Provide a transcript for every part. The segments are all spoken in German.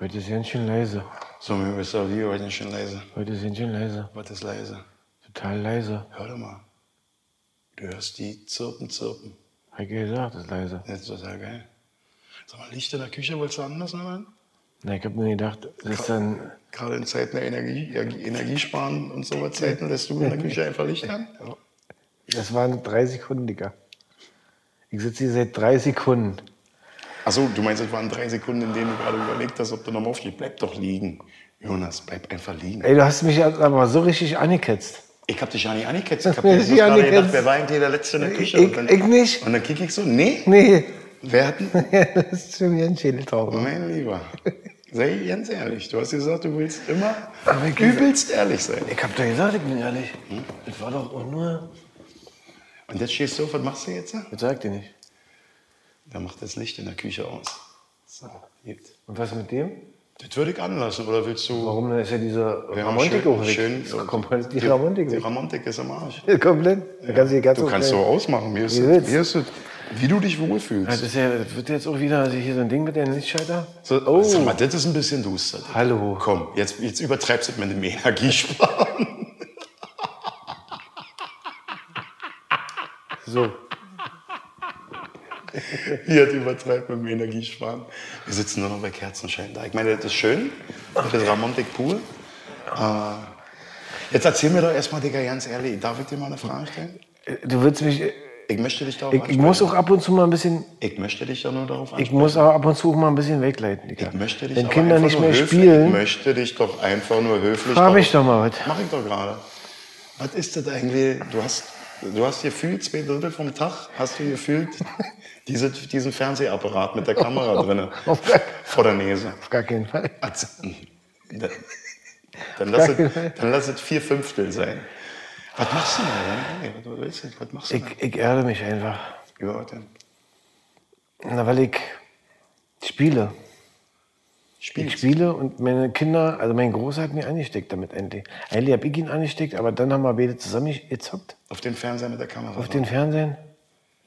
Heute ist ganz schön leise. So, mir ist auch die heute nicht schön leise. Heute ist ganz schön leise. Was ist leise? Total leise. Hör doch mal. Du hörst die zirpen, zirpen. Hab ich gesagt, ist leise. Das ist total geil. Sag mal, Licht in der Küche wolltest du anders machen? Na, ich hab mir gedacht, das ist dann. Gerade in Zeiten der Energie, Energie- Energiesparen und so was Zeiten lässt du in der Küche einfach Licht an? Das waren drei Sekunden, Digga. Ich sitze hier seit drei Sekunden. Achso, Also, du meinst, es waren drei Sekunden, in denen du gerade überlegt hast, ob du nochmal aufstehst. Bleib doch liegen. Jonas, bleib einfach liegen. Ey, du hast mich aber so richtig angeketzt. Ich hab dich ja nicht angeketzt. Ich hab Nee, mir bloß ich hab gerade nicht gedacht, ganz- wer war eigentlich der Letzte in der Küche? Ich- Und dann- ich nicht. Und dann kick ich so, nee, Nee, wer hat denn? das ist schon wieder ein Schädeltrauma. Mein Lieber, sei ganz ehrlich. Du hast gesagt, du willst immer Aber ich- übelst ehrlich sein. Ich hab doch gesagt, ich bin ehrlich. Das war doch auch nur. Und jetzt stehst du auf, was machst du jetzt? Das sagt ihr nicht. Da macht das Licht in der Küche aus. So, gibt. Und was mit dem? Das würde ich anlassen, oder willst du... Warum? Da ist ja diese Wir haben Ramontik schön- auch weg. schön- Das ist komplett die, die Ramontik Die weg. Ramontik ist am Arsch. Komplett. Da kannst du die ganze Du kannst so Ukraine- ausmachen, wie, ist Wie das, willst. wie, ist das, wie du dich Ja, Das, wohlfühlst. ist ja, das wird jetzt auch wieder also hier so ein Ding mit dem Lichtschalter. So, oh. Sag mal, das ist ein bisschen duster. Hallo. Komm, jetzt, jetzt übertreibst du es mit dem Energiesparen. So. Hier hat übertreibt mit dem Energiesparen. Wir sitzen nur noch bei Kerzenschein da. Ich meine, das ist schön. Das ist Ramontik pur. Äh, jetzt erzähl mir doch erstmal, Digga, ganz ehrlich, darf ich dir mal eine Frage stellen? Du willst mich. Ich möchte dich darauf Ich, ich muss auch ab und zu mal ein bisschen. ich möchte dich doch nur darauf Ich muss auch ab und zu auch mal ein bisschen wegleiten, Digga. Ich möchte dich Wenn aber Kinder einfach nicht nur mehr höflich- Ich spielen, möchte dich doch einfach nur frag höflich. darauf- ich doch mal was. Mach ich doch gerade. Was ist das eigentlich? Du hast, du hast gefühlt zwei Drittel vom Tag, hast du gefühlt diese, diesen Fernsehapparat mit der Kamera drin vor der Nase. Also, Auf gar keinen Fall. Dann, dann, lass es, dann lass es vier Fünftel sein. Was machst du denn? da? Hey, was willst du? Was machst du Ich, denn? ich erde mich einfach. Über was denn? Na, weil ich spiele. Ich Spielst. spiele und meine Kinder, also mein Großer hat mich angesteckt damit endlich. Eigentlich hab ich ihn angesteckt, aber dann haben wir beide zusammen gezockt. Auf den Fernseher mit der Kamera. Auf den Fernsehen.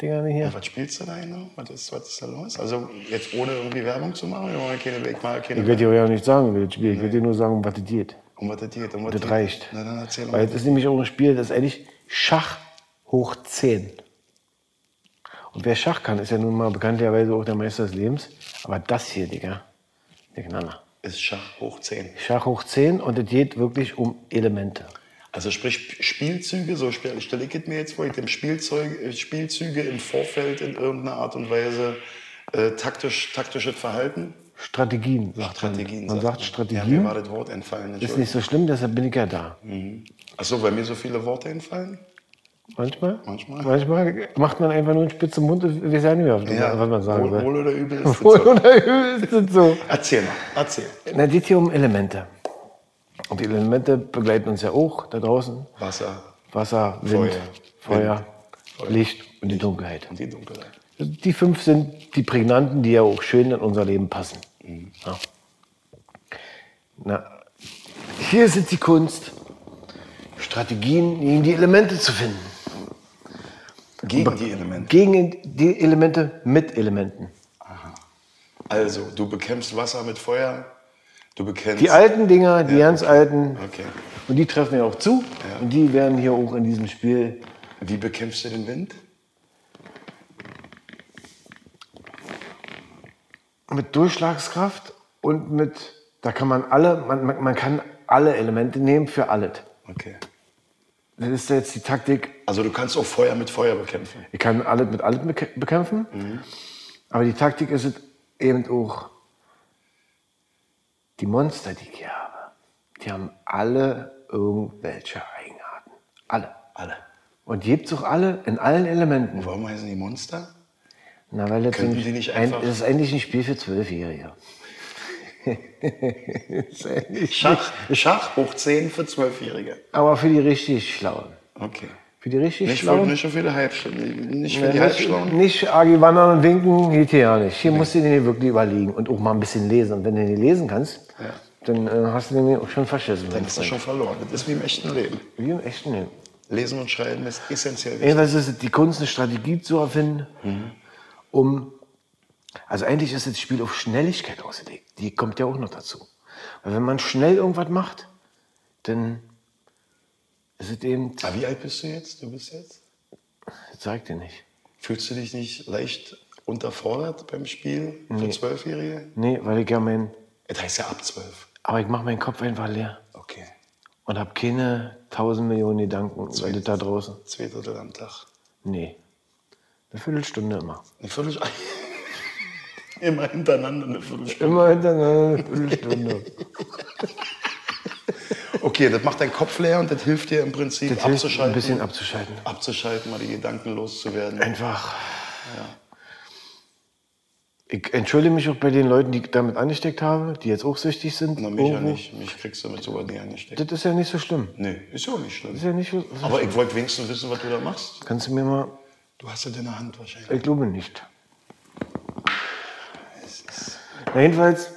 Dinger nicht hier. Was spielst du da genau? Was ist, was ist da los? Also jetzt ohne irgendwie Werbung zu machen, wir wollen keine, ich mache Ich keine werde dir ja nicht sagen, wie das Spiel. Ich werde dir nur sagen, um was es geht. Um was das geht, um was Das geht. reicht. Na dann erzähl Weil mal. es ist nämlich auch ein Spiel, das ist eigentlich Schach hoch 10. Und wer Schach kann, ist ja nun mal bekanntlicherweise auch der Meister des Lebens. Aber das hier, Digga, der Knaller. Ist Schach hoch 10. Schach hoch 10 und es geht wirklich um Elemente. Also sprich Spielzüge, so stelle ich es mir jetzt vor, ich dem Spielzeug, äh, Spielzüge im Vorfeld in irgendeiner Art und Weise äh, taktisch, taktisches Verhalten. Strategien. Sagt man. Man sagt Ja, mir Strategien. war das Wort entfallen, ist Entschuldigung. nicht so schlimm, deshalb bin ich ja da. Achso, weil mir so viele Worte entfallen? Manchmal, Manchmal. manchmal macht man einfach nur einen spitzen Mund und weiß ja nicht mehr, was man sagen wohl, soll. wohl oder übel ist das Wohl so. oder übel ist es so. Erzähl mal, erzähl. Na, geht hier um Elemente. Und die Elemente begleiten uns ja auch da draußen. Wasser Wasser, Wind, Feuer, Feuer. Licht und die Dunkelheit. und die Dunkelheit. Die fünf sind die prägnanten, die ja auch schön in unser Leben passen. Ja. Na, hier sind die Kunst, Strategien gegen die Elemente zu finden. Gegen die Elemente. Gegen die Elemente mit Elementen. Also, du bekämpfst Wasser mit Feuer, du bekämpfst. Die alten Dinger, die ganz alten. Okay. Und die treffen ja auch zu. Und die werden hier auch in diesem Spiel Wie bekämpfst du den Wind? mit Durchschlagskraft und mit, da kann man alle, man, man, man kann alle Elemente nehmen für alles. Okay. Das ist jetzt die Taktik, Also, du kannst auch Feuer mit Feuer bekämpfen. ich kann alles mit allem bek- bekämpfen, Mhm. aber die Taktik ist es eben auch, die Monster, die ich hier habe, die haben alle irgendwelche Eigenarten. Alle. Alle. Und gibt's auch alle in allen Elementen. Warum heißen die Monster? Na, weil das, Könnten sind- die nicht ein, einfach- das ist eigentlich ein Spiel für Zwölfjährige. Das ist eigentlich- Schach, Schach hoch 10 für Zwölfjährige. aber für die richtig Schlauen. Okay. Für die richtig Nicht für, Schlauen. nicht für die Halbschlauen. Nicht für Ja, die Äh, nicht, Halbschlauen. nicht argi wandern und winken geht hier ja nicht. Hier musst du dir wirklich überlegen und auch mal ein bisschen lesen. Und wenn du nicht lesen kannst, dann äh, hast du den auch schon verschissen. Dann hast du schon verloren. Das ist wie im echten Leben. Wie im echten Leben. Lesen und Schreiben ist essentiell. Mhm. Jedenfalls ist es die Kunst, eine Strategie zu erfinden, um Also eigentlich ist das Spiel auf Schnelligkeit ausgelegt. Die kommt ja auch noch dazu. Weil wenn man schnell irgendwas macht, dann ist es eben, Aber wie alt bist du jetzt? Du bist jetzt? das zeigt dir nicht. Fühlst du dich nicht leicht unterfordert beim Spiel für Zwölfjährige? Nee, weil ich ja mein, Das heißt ja ab zwölf. aber ich mache meinen Kopf einfach leer Okay. und habe keine tausend Millionen Gedanken über das da draußen. Zwei Drittel am Tag. Nee. Eine Viertelstunde immer. Eine Viertelstunde. Immer hintereinander eine Viertelstunde. Immer hintereinander eine Viertelstunde. Okay, das macht deinen Kopf leer und das hilft dir im Prinzip Das hilft, abzuschalten. ein bisschen abzuschalten. abzuschalten, mal die Gedanken loszuwerden. Einfach. Ich entschuldige mich auch bei den Leuten, die ich damit angesteckt habe, die jetzt auch süchtig sind. Na, mich ja irgendwo. nicht. Mich kriegst du mit sowas nicht angesteckt. Das ist ja nicht so schlimm. Nee, ist ja auch nicht Das schlimm. ist ja nicht so. Aber ich wollte wenigstens wissen, was du da machst. Kannst du mir mal. Du hast es in der Hand wahrscheinlich. Ich glaube nicht. Na, jedenfalls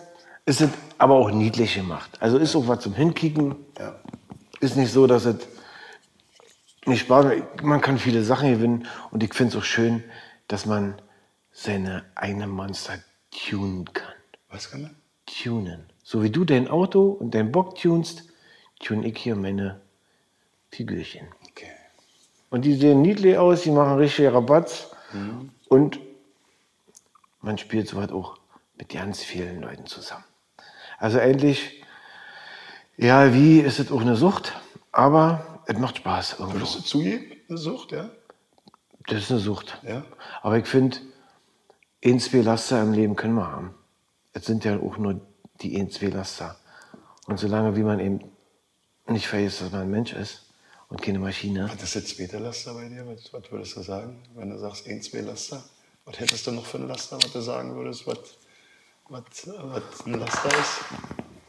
ist es aber auch niedlich gemacht. Also ist auch was zum Hinkicken. Ja. ist nicht so, dass es nicht Spaß macht. Man kann viele Sachen gewinnen und ich finde es auch schön, dass man seine eigenen Monster tunen kann. Was kann man? Tunen. So wie du dein Auto und dein Bock tunst, tune ich hier meine Figürchen. Okay. Und die sehen niedlich aus, die machen richtig Rabatz. Und man spielt sowas auch mit ganz vielen Leuten zusammen. Also endlich, ja, wie ist es auch eine Sucht, aber es macht Spaß irgendwo. Würdest du zugeben? Eine Sucht, ja? Das ist eine Sucht. Ja. Aber ich finde, ein, zwei Laster im Leben können wir haben. Es sind ja auch nur die ein, zwei Laster. Und solange wie man eben nicht vergisst, dass man ein Mensch ist und keine Maschine. Hat das jetzt später Laster bei dir? Was, was würdest du sagen, wenn du sagst, ein, zwei Laster? Was hättest du noch für ein Laster, was du sagen würdest, was, was, was ein Laster ist?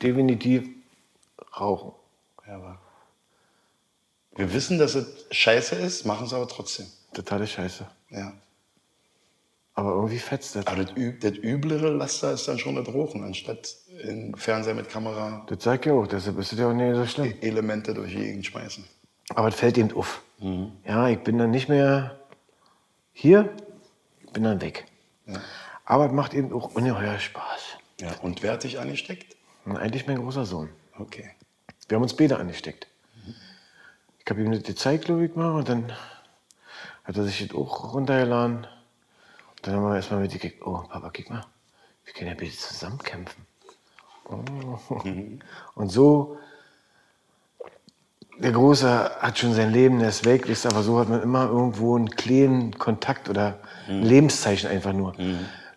Definitiv rauchen. Ja, aber wir wissen, dass es scheiße ist, machen es aber trotzdem. Totale Scheiße. Ja. Aber irgendwie fetzt das. Aber das, Üb das üblere Laster ist dann schon das Rochen, anstatt in Fernseher mit Kamera Das zeigt ja auch, deshalb ist es ja auch nicht so schlimm. Elemente durch die Gegend schmeißen. Aber es fällt eben auf. Ja, ich bin dann nicht mehr hier, ich bin dann weg. Aber es macht eben auch ungeheuer Spaß. Ja. Und wer hat dich angesteckt? Und eigentlich mein großer Sohn. Okay. Wir haben uns beide angesteckt. Ich habe ihm das gezeigt, glaube ich, mal. Und dann hat er sich das auch runtergeladen. Und dann haben wir erstmal mitgekriegt, oh, Papa, guck mal, wir können ja beide zusammen kämpfen. Oh. Und so, der Große hat schon sein Leben, der ist weg, ist aber so hat man immer irgendwo einen kleinen Kontakt oder ein Lebenszeichen einfach nur.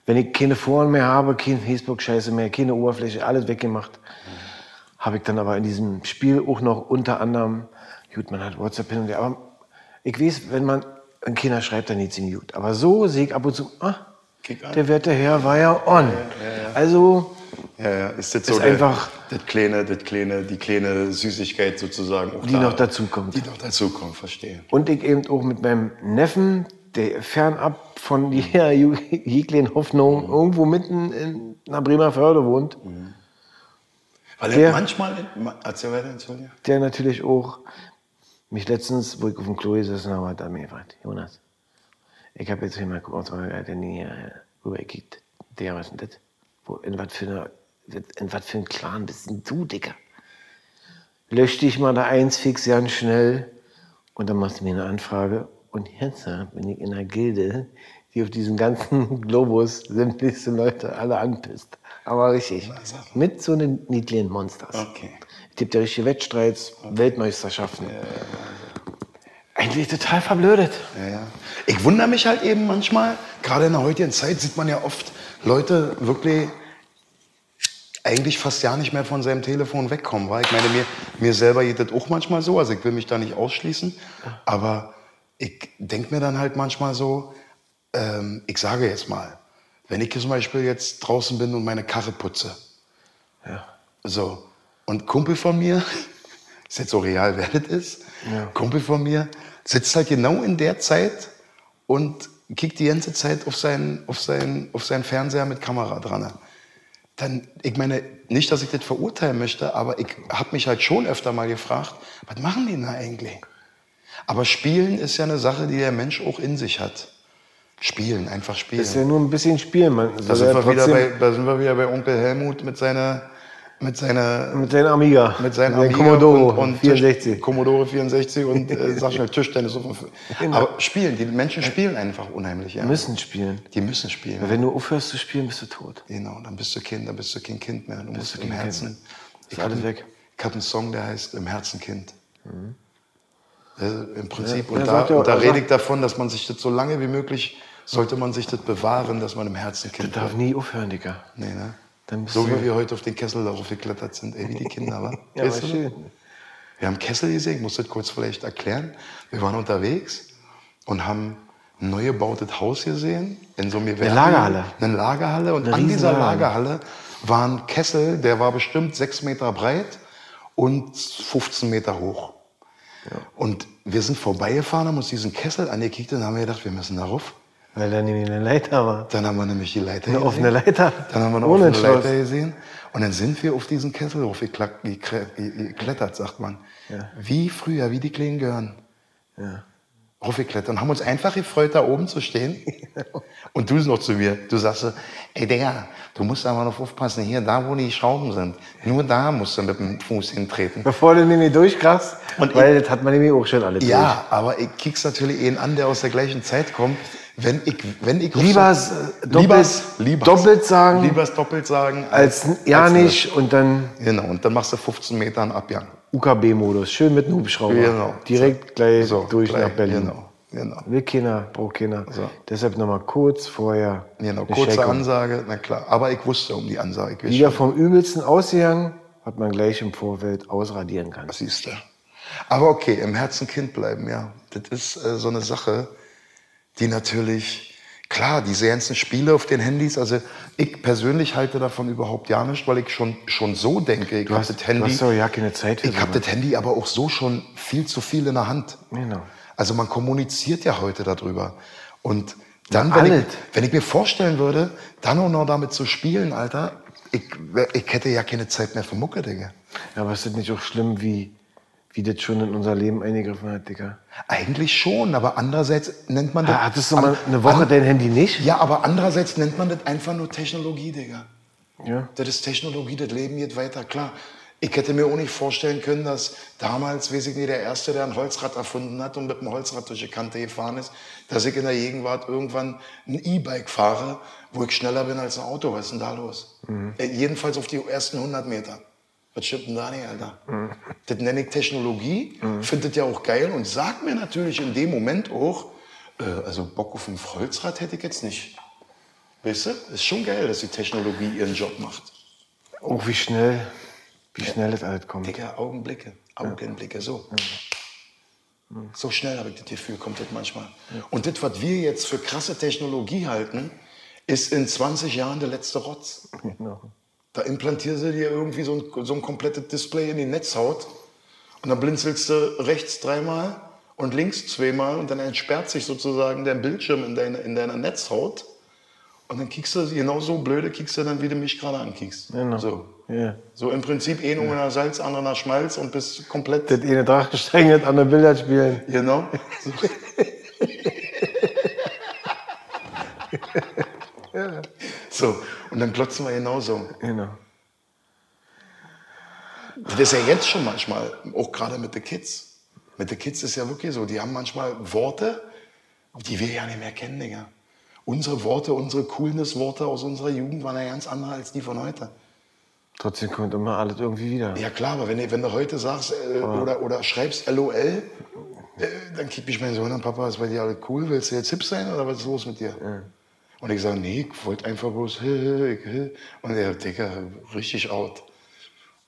Wenn ich keine Foren mehr habe, keine Facebook-Scheiße mehr, keine Oberfläche, alles weggemacht habe ich dann aber in diesem Spiel auch noch unter anderem, gut, man hat WhatsApp hin und her, aber ich weiß, wenn man ein Kinder schreibt, dann geht's ihm gut. Aber so sehe ich ab und zu, ah, Kick an. der werte Herr war ja on. Also, Ja, ja. Ist das so Ist der- einfach- das kleine, das kleine, die kleine Süßigkeit sozusagen. auch Die noch dazukommt. Die noch dazukommt, verstehe. und ich eben auch mit meinem Neffen, der fernab von jeder ju- jeglichen Hoffnung irgendwo mitten in einer Bremer Förde wohnt, Weil Der- er manchmal, ma- erzähl weiter, Antonia. der natürlich auch mich letztens, wo ich auf dem Klo gesessen habe, hat er mir gefragt, Jonas, ich habe jetzt hier mal geguckt, ob der hier äh, rübergeht. Der, was ist denn das? Wo, in was für einer, in was für einem Clan bist denn du, Dicker? Lösch dich mal da eins fix ganz schnell und dann machst du mir eine Anfrage. Und jetzt äh, bin ich in einer Gilde, die auf diesem ganzen Globus sämtlichste Leute alle anpisst. Aber richtig. Mit so einem niedlichen Monsters. Okay. Es gibt ja richtige Wettstreits, Weltmeisterschaften. Eigentlich total verblödet. Ja, ja. Ich wundere mich halt eben manchmal, gerade in der heutigen Zeit sieht man ja oft Leute wirklich eigentlich fast ja nicht mehr von seinem Telefon wegkommen. Weil ich meine, mir, mir selber geht das auch manchmal so, also ich will mich da nicht ausschließen, aber ich denke mir dann halt manchmal so, ähm, ich sage jetzt mal, wenn ich zum Beispiel jetzt draußen bin und meine Karre putze, so. Und Kumpel von mir, ist jetzt so real, wer das ist, Kumpel von mir sitzt halt genau in der Zeit und kickt die ganze Zeit auf seinen, auf seinen, auf seinen Fernseher mit Kamera dran. Dann, ich meine, nicht, dass ich das verurteilen möchte, aber ich habe mich halt schon öfter mal gefragt, was machen die denn da eigentlich? Aber Spielen ist ja eine Sache, die der Mensch auch in sich hat. Spielen, einfach spielen. Das ist ja nur ein bisschen Spiel, man. da, soll sind ja wir wieder trotzdem bei, da sind wir wieder bei Onkel Helmut mit seiner, mit seiner mit seinem Amiga. mit seinem seinem Amiga Commodore und, und 64. Tisch, Commodore 64 und äh, sag schnell Tischtennis. Auf dem F- Genau. Aber spielen, die Menschen spielen einfach unheimlich. Ja. Wir müssen spielen. Die müssen spielen. Wenn du aufhörst zu spielen, bist du tot. Genau, dann bist du Kind, dann bist du kein Kind mehr. Du musst du im kein Herzen. Kind Ist Ich hab alles einen- weg. Mhm. Ich habe einen Song, der heißt Im Herzen Kind. Also Im Prinzip, Ja, und er da, sagt ja- und da er rede sagt- ich davon, dass man sich das so lange wie möglich, sollte man sich das bewahren, dass man im Herzen Kind Darf nie aufhören, Digga. Nee, ne? Dann bist so du- wie wir heute auf den Kessel darauf geklettert sind, ey, wie die Kinder, wa? Ja, Weißt war du? schön. Wir haben Kessel gesehen, ich muss das kurz vielleicht erklären. Wir waren unterwegs und haben ein neu gebautes Haus gesehen. In so einem Gewerbe- Lagerhalle. Eine Lagerhalle. Und Eine an dieser Riesenlagerhalle. Lagerhalle war ein Kessel, der war bestimmt sechs Meter breit und 15 Meter hoch. Und wir sind vorbeigefahren, haben uns diesen Kessel angekickt und haben gedacht, wir müssen darauf. Weil da nämlich eine Leiter war. Dann haben wir nämlich die Leiter Eine gesehen. offene Leiter. Dann haben wir eine Ohne offene Schloss. Leiter gesehen. Und dann sind wir auf diesen Kessel hoch gekla- gekre- geklettert, sagt man. Ja. Wie früher, wie die kleinen Gören. Ja. Raufgeklettert und haben uns einfach gefreut, da oben zu stehen. Und du noch zu mir, du sagst so, ey Digga, du musst aber noch aufpassen, hier, da wo die Schrauben sind, nur da musst du mit dem Fuß hintreten. Bevor du nämlich durchkrachst, Und weil das hat man nämlich auch schon alle Ja, aber ich kick's natürlich einen an, der aus der gleichen Zeit kommt. Wenn ich, wenn ich auf Lieber so- s- doppelt- doppelt sagen. Lieber es doppelt sagen. durch. Als ja als nicht und dann Genau, und dann machst du 15 Meter einen Abgang. UKB-Modus. Schön mit einem Hubschrauber. Genau. Direkt gleich So, durch gleich, nach Berlin. Genau, genau. Will keiner, braucht keiner. So. Deshalb nochmal kurz vorher. genau. eine Kurze Shake-up. Ansage, na klar. Aber ich wusste um die Ansage. Ich wusste Wieder vom Übelsten ausgegangen, was man gleich im Vorfeld ausradieren kann. siehst du. Aber okay, im Herzen Kind bleiben, ja. Das ist äh, so eine Sache, die natürlich, klar, diese ganzen Spiele auf den Handys, also ich persönlich halte davon überhaupt ja nicht, weil ich schon, schon so denke, ich habe hast- das Handy. du hast doch ja keine Zeit für Ich habe sowas. das Handy aber auch so schon viel zu viel in der Hand. Genau. Also man kommuniziert ja heute darüber. Und dann, Na, wenn ich, alles. wenn ich mir vorstellen würde, dann auch noch damit zu spielen, Alter, ich, wär- ich hätte ja keine Zeit mehr für Mucke, Digga. Ja, aber ist das nicht auch schlimm, wie, wie das schon in unser Leben eingegriffen hat, Digga? Eigentlich schon, aber andererseits nennt man das. Ha- Ah, Hattest du mal eine Woche dein Handy nicht? Ja, aber andererseits nennt man das einfach nur Technologie, Digga. Ja. Das ist Technologie, das Leben geht weiter, klar. Ich hätte mir auch nicht vorstellen können, dass damals, weiß ich nicht, der Erste, der ein Holzrad erfunden hat und mit dem Holzrad durch die Kante gefahren ist, dass ich in der Gegenwart irgendwann ein E-Bike fahre, wo ich schneller bin als ein Auto. Was ist denn da los? Äh, jedenfalls auf die ersten 100 Meter. Was stimmt denn da nicht, Alter? Das nenne ich Technologie, finde das ja auch geil und sagt mir natürlich in dem Moment auch, äh, also Bock auf ein Holzrad hätte ich jetzt nicht. Weißt du, ist schon geil, dass die Technologie ihren Job macht. Oh, wie schnell, wie schnell das alles kommt. Digga, Augenblicke, Augenblicke, so. So schnell habe ich das Gefühl, kommt das manchmal. Und das, was wir jetzt für krasse Technologie halten, ist in 20 Jahren der letzte Rotz. Genau. Da implantierst du dir irgendwie so ein, so ein komplettes Display in die Netzhaut und dann blinzelst du rechts dreimal und links zweimal und dann entsperrt sich sozusagen dein Bildschirm in, deine, in deiner Netzhaut und dann kickst du, genau so blöde kickst du dann, wie du mich gerade ankickst. Genau. So. Ja. So im Prinzip eh nur nach Salz, andere nach Schmalz und bist komplett. Das eine Drache steigert an der Bilder spielen. Genau. So. so, und dann glotzen wir genauso. Genau. Das ist ja jetzt schon manchmal, auch gerade mit den Kids. Mit den Kids ist ja wirklich so, die haben manchmal Worte, die wir ja nicht mehr kennen, Digga. Unsere Worte, unsere Coolness-Worte aus unserer Jugend waren ja ganz andere als die von heute. Trotzdem kommt immer alles irgendwie wieder. Ja klar, aber wenn, du- wenn du heute sagst äh, oder, oder schreibst LOL, äh, dann kippt mich mein Sohn an, Papa, ist bei dir alles cool, willst du jetzt hip sein oder was ist los mit dir? Und ich sage, nee, ich wollte einfach bloß, hä, hä, ich, hä. und er, Digga, richtig out.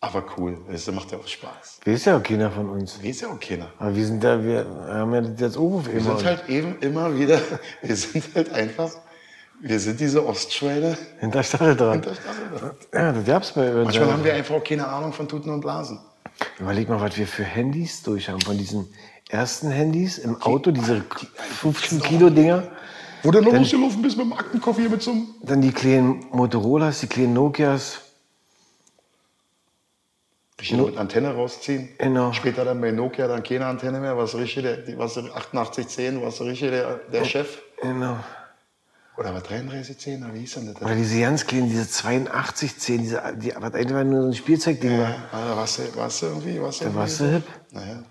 Aber cool, weißt du, macht ja auch Spaß. Weiß ja auch keiner von uns. Weiß ja auch keiner. Aber wir sind da, wir haben ja das jetzt auch auf Wir immer. sind halt eben immer wieder, wir sind halt einfach, wir sind diese Ostschweine. hinter Stachel dran. Das- das- das- Ja, das gab's bei uns. ne? Manchmal haben wir einfach auch keine Ahnung von Tuten und Blasen. Überleg mal, was wir für Handys durch haben. Von diesen ersten Handys im Auto, diese 15 Kilo Dinger. Wo du noch losgelaufen bist mit dem Aktenkoffer hier mit so einem Dann die kleinen Motorolas, die kleinen Nokias. Richtig nur mit Antenne rausziehen. Genau. Später dann bei Nokia dann keine Antenne mehr. Was richtig, der, die- was 8810, was richtig der, der Chef. Genau. Oder was, 3310? Oder wie hieß denn das? Oder diese ganz kleinen, diese 8210, diese, die, was eigentlich war nur so ein Spielzeugding war. Ja, also warst du, warst du irgendwie? Warst du Da irgendwie warst du hip. Naja.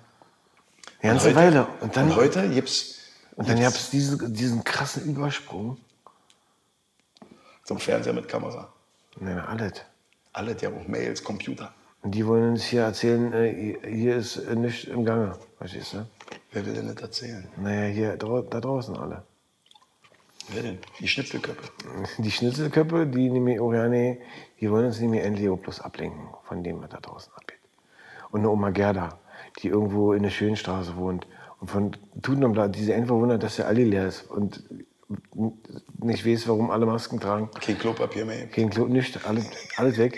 Eine ganze Weile. Und dann, und und heute gibt's dann gab es diesen, diesen krassen Übersprung. so einen Fernseher mit Kamera. Nein, alles. Alle, die haben auch Mails, Computer. Und die wollen uns hier erzählen, äh, hier ist äh, nichts im Gange. Verstehst du? Wer will denn das erzählen? Naja, hier drau da draußen alle. Wer denn? Die Schnipselköpfe. Die Schnitzelköpfe, die nämlich Oriane, die wollen uns nämlich endlich auch bloß ablenken von dem, was da draußen abgeht. Und eine Oma Gerda, die irgendwo in der Schönstraße wohnt und von Tudnum da, die sich einfach wundert, dass der Aldi leer ist und nicht weiß, warum alle Masken tragen. Kein Klopapier mehr. Kein Klo, nichts, alles, alles weg.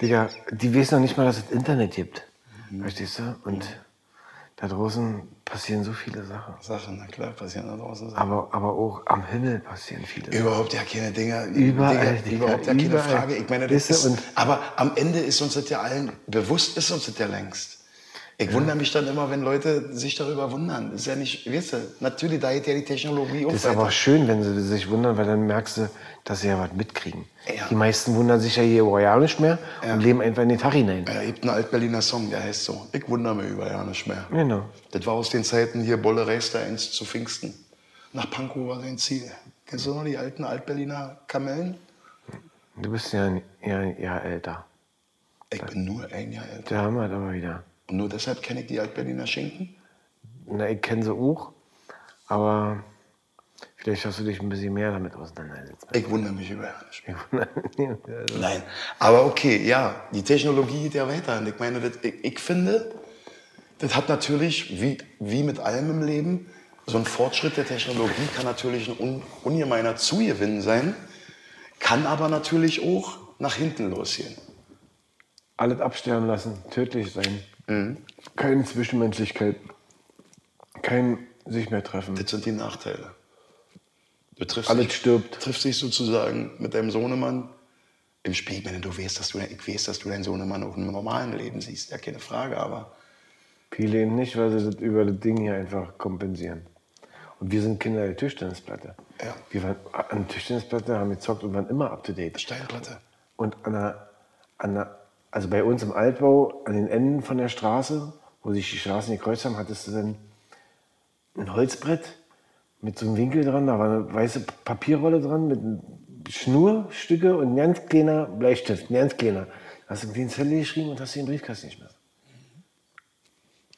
Digga, die wissen noch nicht mal, dass es Internet gibt. Mhm. Verstehst du? Und da draußen passieren so viele Sachen. Sachen, na klar, passieren da draußen Sachen. Aber, aber auch am Himmel passieren viele Sachen. Überhaupt ja keine Dinger. Überall, Dinger, Digga, überhaupt ja keine überall. Frage. Ich meine, das Weißt du, ist, und- aber am Ende ist uns das ja allen, bewusst ist uns das ja längst. Ich wundere mich dann immer, wenn Leute sich darüber wundern. Das ist ja nicht, weißt du, natürlich, da geht ja die Technologie auch Das ist aber weiter. schön, wenn sie sich wundern, weil dann merkst du, dass sie ja was mitkriegen. Ja. Die meisten wundern sich ja hier überhaupt ja nicht mehr und leben einfach in den Tag hinein. Ja, es gibt einen Altberliner Song, der heißt so, ich wundere mich über ja nicht mehr. Genau. Das war aus den Zeiten hier Bolle Reister 1 zu Pfingsten. Nach Pankow war sein Ziel. Kennst du noch die alten Altberliner Kamellen? Du bist ja ein Jahr, Jahr älter. Ich bin nur ein Jahr älter. Der Hammer hat aber wieder. Und nur deshalb kenne ich die Altberliner Schinken. Na, ich kenne sie auch, aber vielleicht hast du dich ein bisschen mehr damit auseinandersetzen. Ich wundere mich über ja nicht mehr. Ich wundere- Nein, aber okay, ja, die Technologie geht ja weiter. Und ich meine, das, ich, ich finde, das hat natürlich, wie, wie mit allem im Leben, so ein Fortschritt der Technologie kann natürlich ein un, ungemeiner Zugewinn sein, kann aber natürlich auch nach hinten losgehen. Alles absterben lassen, tödlich sein. Mhm. Keine Zwischenmenschlichkeit. Kein sich mehr treffen. Das sind die Nachteile. Du triffst Alles dich- stirbt. triffst dich sozusagen mit deinem Sohnemann im Spiegel, wenn du weißt, dass du, ich weiß, dass du deinen Sohnemann auch im normalen Leben siehst, ja keine Frage, aber Viele eben nicht, weil sie das über das Ding hier einfach kompensieren. Und wir sind Kinder der Tischtennisplatte. Ja. Wir waren an der Tischtennisplatte, haben gezockt und waren immer up to date. Steinplatte. Und an der, an der, also bei uns im Altbau, an den Enden von der Straße, wo sich die Straßen gekreuzt haben, hattest du dann ein Holzbrett mit so einem Winkel dran, da war eine weiße Papierrolle dran mit Schnurstücke und ein ganz kleiner Bleistift, ein ganz kleiner. Da hast du den Zettel geschrieben und hast den Briefkasten nicht mehr.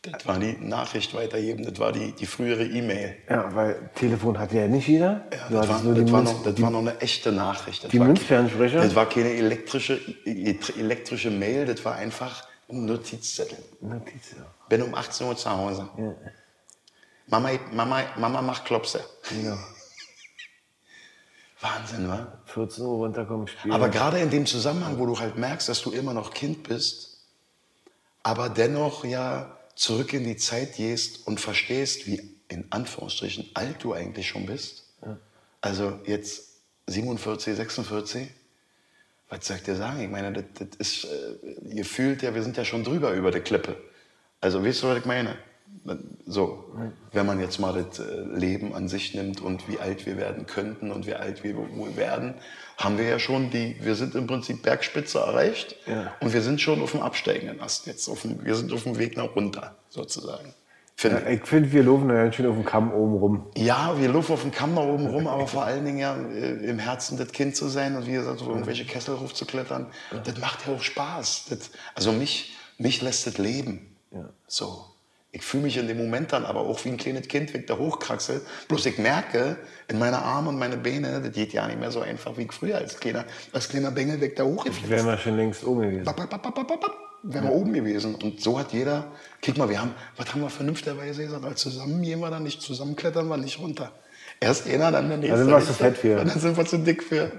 Das war die Nachricht weitergeben, das war die, die frühere E-Mail. Ja, weil Telefon hatte ja nicht jeder. Ja, du das, war, hattest nur die das, war Münz, noch, das war noch eine echte Nachricht. Das die war, Münzfernsprecher? Das war keine elektrische, elektrische Mail, das war einfach ein Notizzettel. Notiz, ja. Bin um 18 Uhr zu Hause. Mama, Mama, Mama macht Klopse. Genau. Wahnsinn, wa? 14 Uhr runterkommen, spielen. Aber gerade in dem Zusammenhang, wo du halt merkst, dass du immer noch Kind bist, aber dennoch ja zurück in die Zeit gehst und verstehst, wie in Anführungsstrichen alt du eigentlich schon bist. Also jetzt 47, 46, was soll ich dir sagen? Ich meine, das, das ist äh, gefühlt ja, wir sind ja schon drüber über der Klippe. Also weißt du, was ich meine? So, wenn man jetzt mal das äh, Leben an sich nimmt und wie alt wir werden könnten und wie alt wir wohl werden, haben wir ja schon die, wir sind im Prinzip Bergspitze erreicht Ja. und wir sind schon auf dem absteigenden Ast jetzt. Auf dem, wir sind auf dem Weg nach runter, sozusagen. Finde ich. Ja, ich finde, wir laufen da ganz schön auf dem Kamm oben rum. Ja, wir laufen auf dem Kamm nach oben rum, aber vor allen Dingen ja äh, im Herzen das Kind zu sein und wie gesagt, auf irgendwelche Kessel hochzuklettern, das macht ja auch Spaß. Das, also mich, mich lässt das leben. So. Ich fühle mich in dem Moment dann aber auch wie ein kleines Kind, wenn ich da hochkraxel. Bloß ich merke, in meine Arme und meine Beine, das geht ja nicht mehr so einfach wie früher als kleiner, als kleiner Bengel, weg da hochgeflitzt Wären wir schon längst oben gewesen. bap, bap, bap, bap, bap, bap, wären wir oben gewesen. Und so hat jeder, guck mal, wir haben, was haben wir vernünftigerweise gesagt, als zusammen gehen wir dann nicht, zusammen klettern wir nicht runter. Erst einer, dann der nächste. sind wir zu nächste. fett für. Und Dann sind wir zu dick für.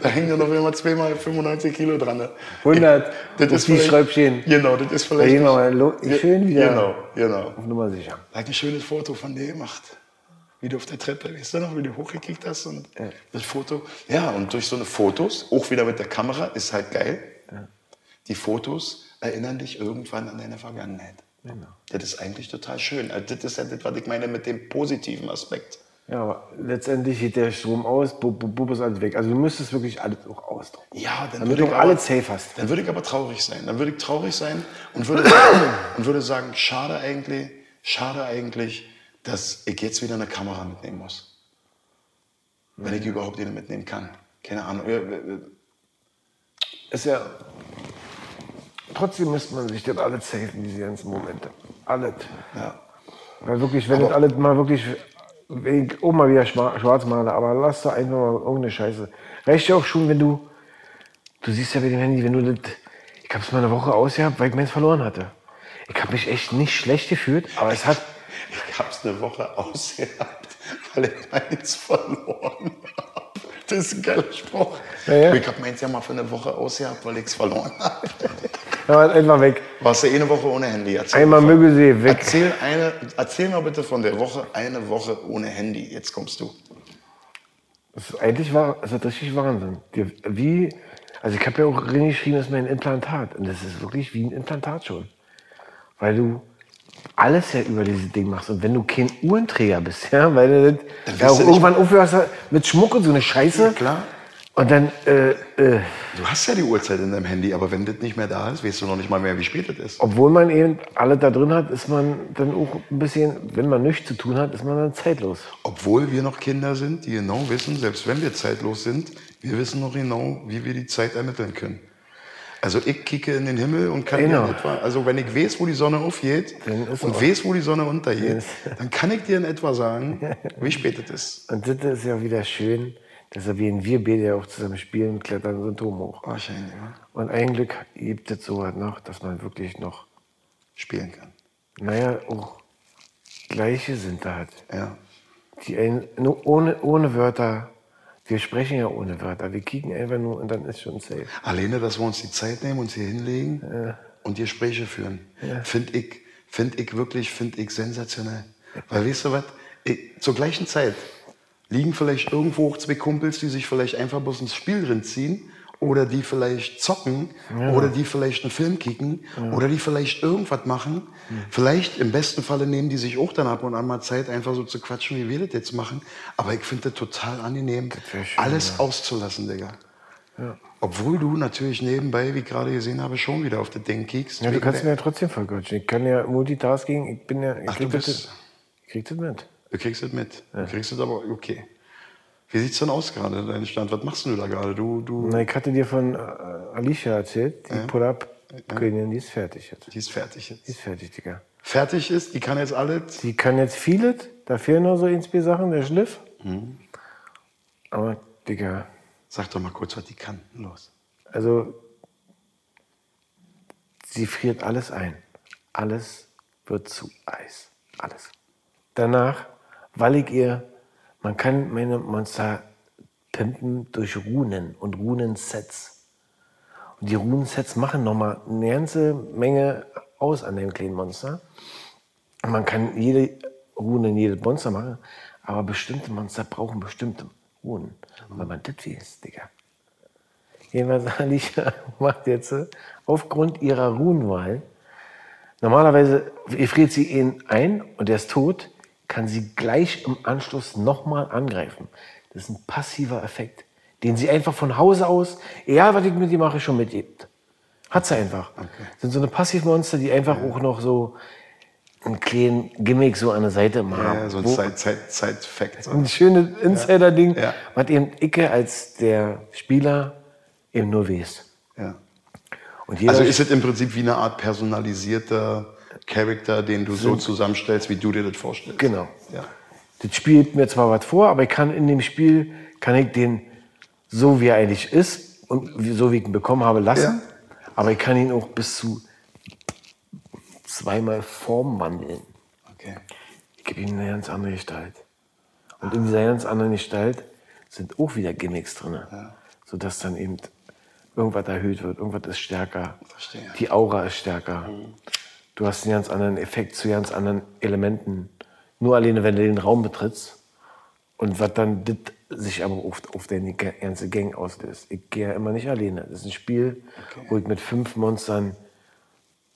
Da hängen ja noch immer zweimal 95 Kilo dran. ne? 100, Das auf ist die vielleicht- Schräubchen. Genau, das ist Da vielleicht. gehen wir mal lo- schön wieder Genau, genau. auf Nummer sicher. Da hab ich ein schönes Foto von dir gemacht. Wie du auf der Treppe, weißt du noch, wie du hochgekickt hast und das Foto. Ja, und durch so eine Fotos, auch wieder mit der Kamera, ist halt geil. Die Fotos erinnern dich irgendwann an deine Genau. Vergangenheit. Das ist eigentlich total schön. Also das ist ja das, was ich meine mit dem positiven Aspekt. Ja, aber letztendlich geht der Strom aus, bub, bub, bub ist alles weg. Also du müsstest wirklich alles auch ausdrucken. Ja, dann Damit würde du auch ich aber- alles safe hast. Dann würde ich aber traurig sein. Dann würde ich traurig sein und würde, und würde sagen, schade eigentlich, schade eigentlich, dass ich jetzt wieder eine Kamera mitnehmen muss. Wenn Mhm. ich überhaupt eine mitnehmen kann. Keine Ahnung. Äh, äh, Ist ja. Trotzdem müsste man sich das alles safen, diese ganzen Momente. Alles. Ja. Weil wirklich, wenn das alles mal wirklich. Wenn ich auch mal wieder schwa- schwarz male, aber lass doch einfach mal irgendeine Scheiße. Reicht ja auch schon, wenn du. Du siehst ja mit dem Handy, wenn du das. Ich hab's mal eine Woche ausgehabt, weil ich meins verloren hatte. Ich hab mich echt nicht schlecht gefühlt, aber es hat. Ich hab's eine Woche ausgehabt, weil ich meins verloren habe. Das ist ein geiler Spruch. Ja, ja. Ich hab meins ja mal für eine Woche ausgehabt, weil ich's verloren habe. Ja, war einfach weg. Warst du eh eine Woche ohne Handy? Erzähl Einmal davon. Müggelsee, weg. Erzähl, eine, erzähl mal bitte von der Woche, eine Woche ohne Handy. Jetzt kommst du. Das ist eigentlich war, das ist richtig Wahnsinn. Die- Wie, also ich habe ja auch reingeschrieben, das ist mein Implantat. Und das ist wirklich wie ein Implantat schon. Weil du alles ja über dieses Ding machst. Und wenn du kein Uhrenträger bist, ja, weil du das, Dann ja wirst auch du nicht- irgendwann aufhörst mit Schmuck und so eine Scheiße. Ja, klar. Und dann, äh, äh, Du hast ja die Uhrzeit in deinem Handy, aber wenn das nicht mehr da ist, weißt du noch nicht mal mehr, wie spät es ist. obwohl man eben alles da drin hat, ist man dann auch ein bisschen, wenn man nichts zu tun hat, ist man dann zeitlos. Obwohl wir noch Kinder sind, die genau wissen, selbst wenn wir zeitlos sind, wir wissen noch genau, wie wir die Zeit ermitteln können. Also ich kicke in den Himmel und kann Genau. dir in etwa, also wenn ich weiß, wo die Sonne aufgeht Dann ist und auch- weiß, wo die Sonne untergeht, Yes. dann kann ich dir in etwa sagen, wie spät es ist. Und das ist ja wieder schön, dass wir, wir beide ja auch zusammen spielen, klettern so einen Turm hoch. Wahrscheinlich, ja. Und ein Glück gibt es so was noch, dass man wirklich noch, Spielen kann. naja, auch gleiche sind da hat. Ja. Die ein, nur ohne, ohne Wörter, wir sprechen ja ohne Wörter, wir kicken einfach nur und dann ist schon safe. Alleine, dass wir uns die Zeit nehmen, uns hier hinlegen und die Gespräche führen, finde ich, find ich wirklich, finde ich sensationell. Weil weißt du was, Ich- zur gleichen Zeit liegen vielleicht irgendwo auch zwei Kumpels, die sich vielleicht einfach bloß ins Spiel reinziehen oder die vielleicht zocken oder die vielleicht einen Film kicken oder die vielleicht irgendwas machen. Vielleicht im besten Falle nehmen die sich auch dann ab und an mal Zeit, einfach so zu quatschen, wie wir das jetzt machen. Aber ich finde das total angenehm, wär schön, alles auszulassen, Digga. Obwohl du natürlich nebenbei, wie ich gerade gesehen habe, schon wieder auf das Ding kiekst. Ja, du kannst mir ja trotzdem vollquatschen. Ich kann ja Multitasking, ich bin ja, ich Ach, du das- bist- ich krieg das mit. du kriegst es mit. Du kriegst es aber okay. Wie sieht's denn aus gerade, dein Stand? Was machst denn du da gerade? Du, du, Na, ich hatte dir von äh, Alicia erzählt, die Pull-Up-Königin, die ist fertig jetzt. die ist fertig Die jetzt. ist fertig, Digga. Fertig ist, die kann jetzt alles. Die kann jetzt vieles, da fehlen noch so ein, zwei Sachen, der Schliff. Mhm. Aber, Digga, Sag doch mal kurz, was die kann. Los. Also, sie friert alles ein. Alles wird zu Eis. Alles. Danach, weil ich ihr, man kann meine Monster pimpen durch Runen und Runensets. Und die Runensets machen nochmal eine ganze Menge aus an dem kleinen Monster. Und man kann jede Rune in jedes Monster machen, aber bestimmte Monster brauchen bestimmte Runen. Und wenn man das weiß, Digga, Jedenfalls Alicia macht jetzt äh, aufgrund ihrer Runenwahl. Normalerweise friert sie ihn ein und er ist tot, kann sie gleich im Anschluss nochmal angreifen. Das ist ein passiver Effekt, den sie einfach von Hause aus, egal was ich mit ihr mache, schon mitgibt. Hat sie einfach. Sind so eine Passivmonster, die einfach auch noch so einen kleinen Gimmick so an der Seite machen. Ja, ja, so ein Wo- Side- Side- Side-Fact. ein schönes Insider-Ding, Ja. was eben Icke als der Spieler eben nur weiß. ja. Und jeder Also ist es im Prinzip wie eine Art personalisierter Charakter, den du so zusammenstellst, wie du dir das vorstellst. Genau. Ja. das Spiel gibt mir zwar was vor, aber ich kann in dem Spiel, kann ich den so, wie er eigentlich ist und wie- so, wie ich ihn bekommen habe, lassen. Aber ich kann ihn auch bis zu zweimal Form wandeln. Okay. Ich gebe ihm eine ganz andere Gestalt. Und in dieser ganz anderen Gestalt sind auch wieder Gimmicks drin. Sodass dann eben irgendwas erhöht wird, irgendwas ist stärker. Verstehe. Die Aura ist stärker. Du hast einen ganz anderen Effekt zu ganz anderen Elementen. Nur alleine, wenn du den Raum betrittst. Und was dann das sich aber oft auf deine ga- ganze Gang auslöst. Ich gehe ja immer nicht alleine. Das ist ein Spiel, wo ich mit fünf Monstern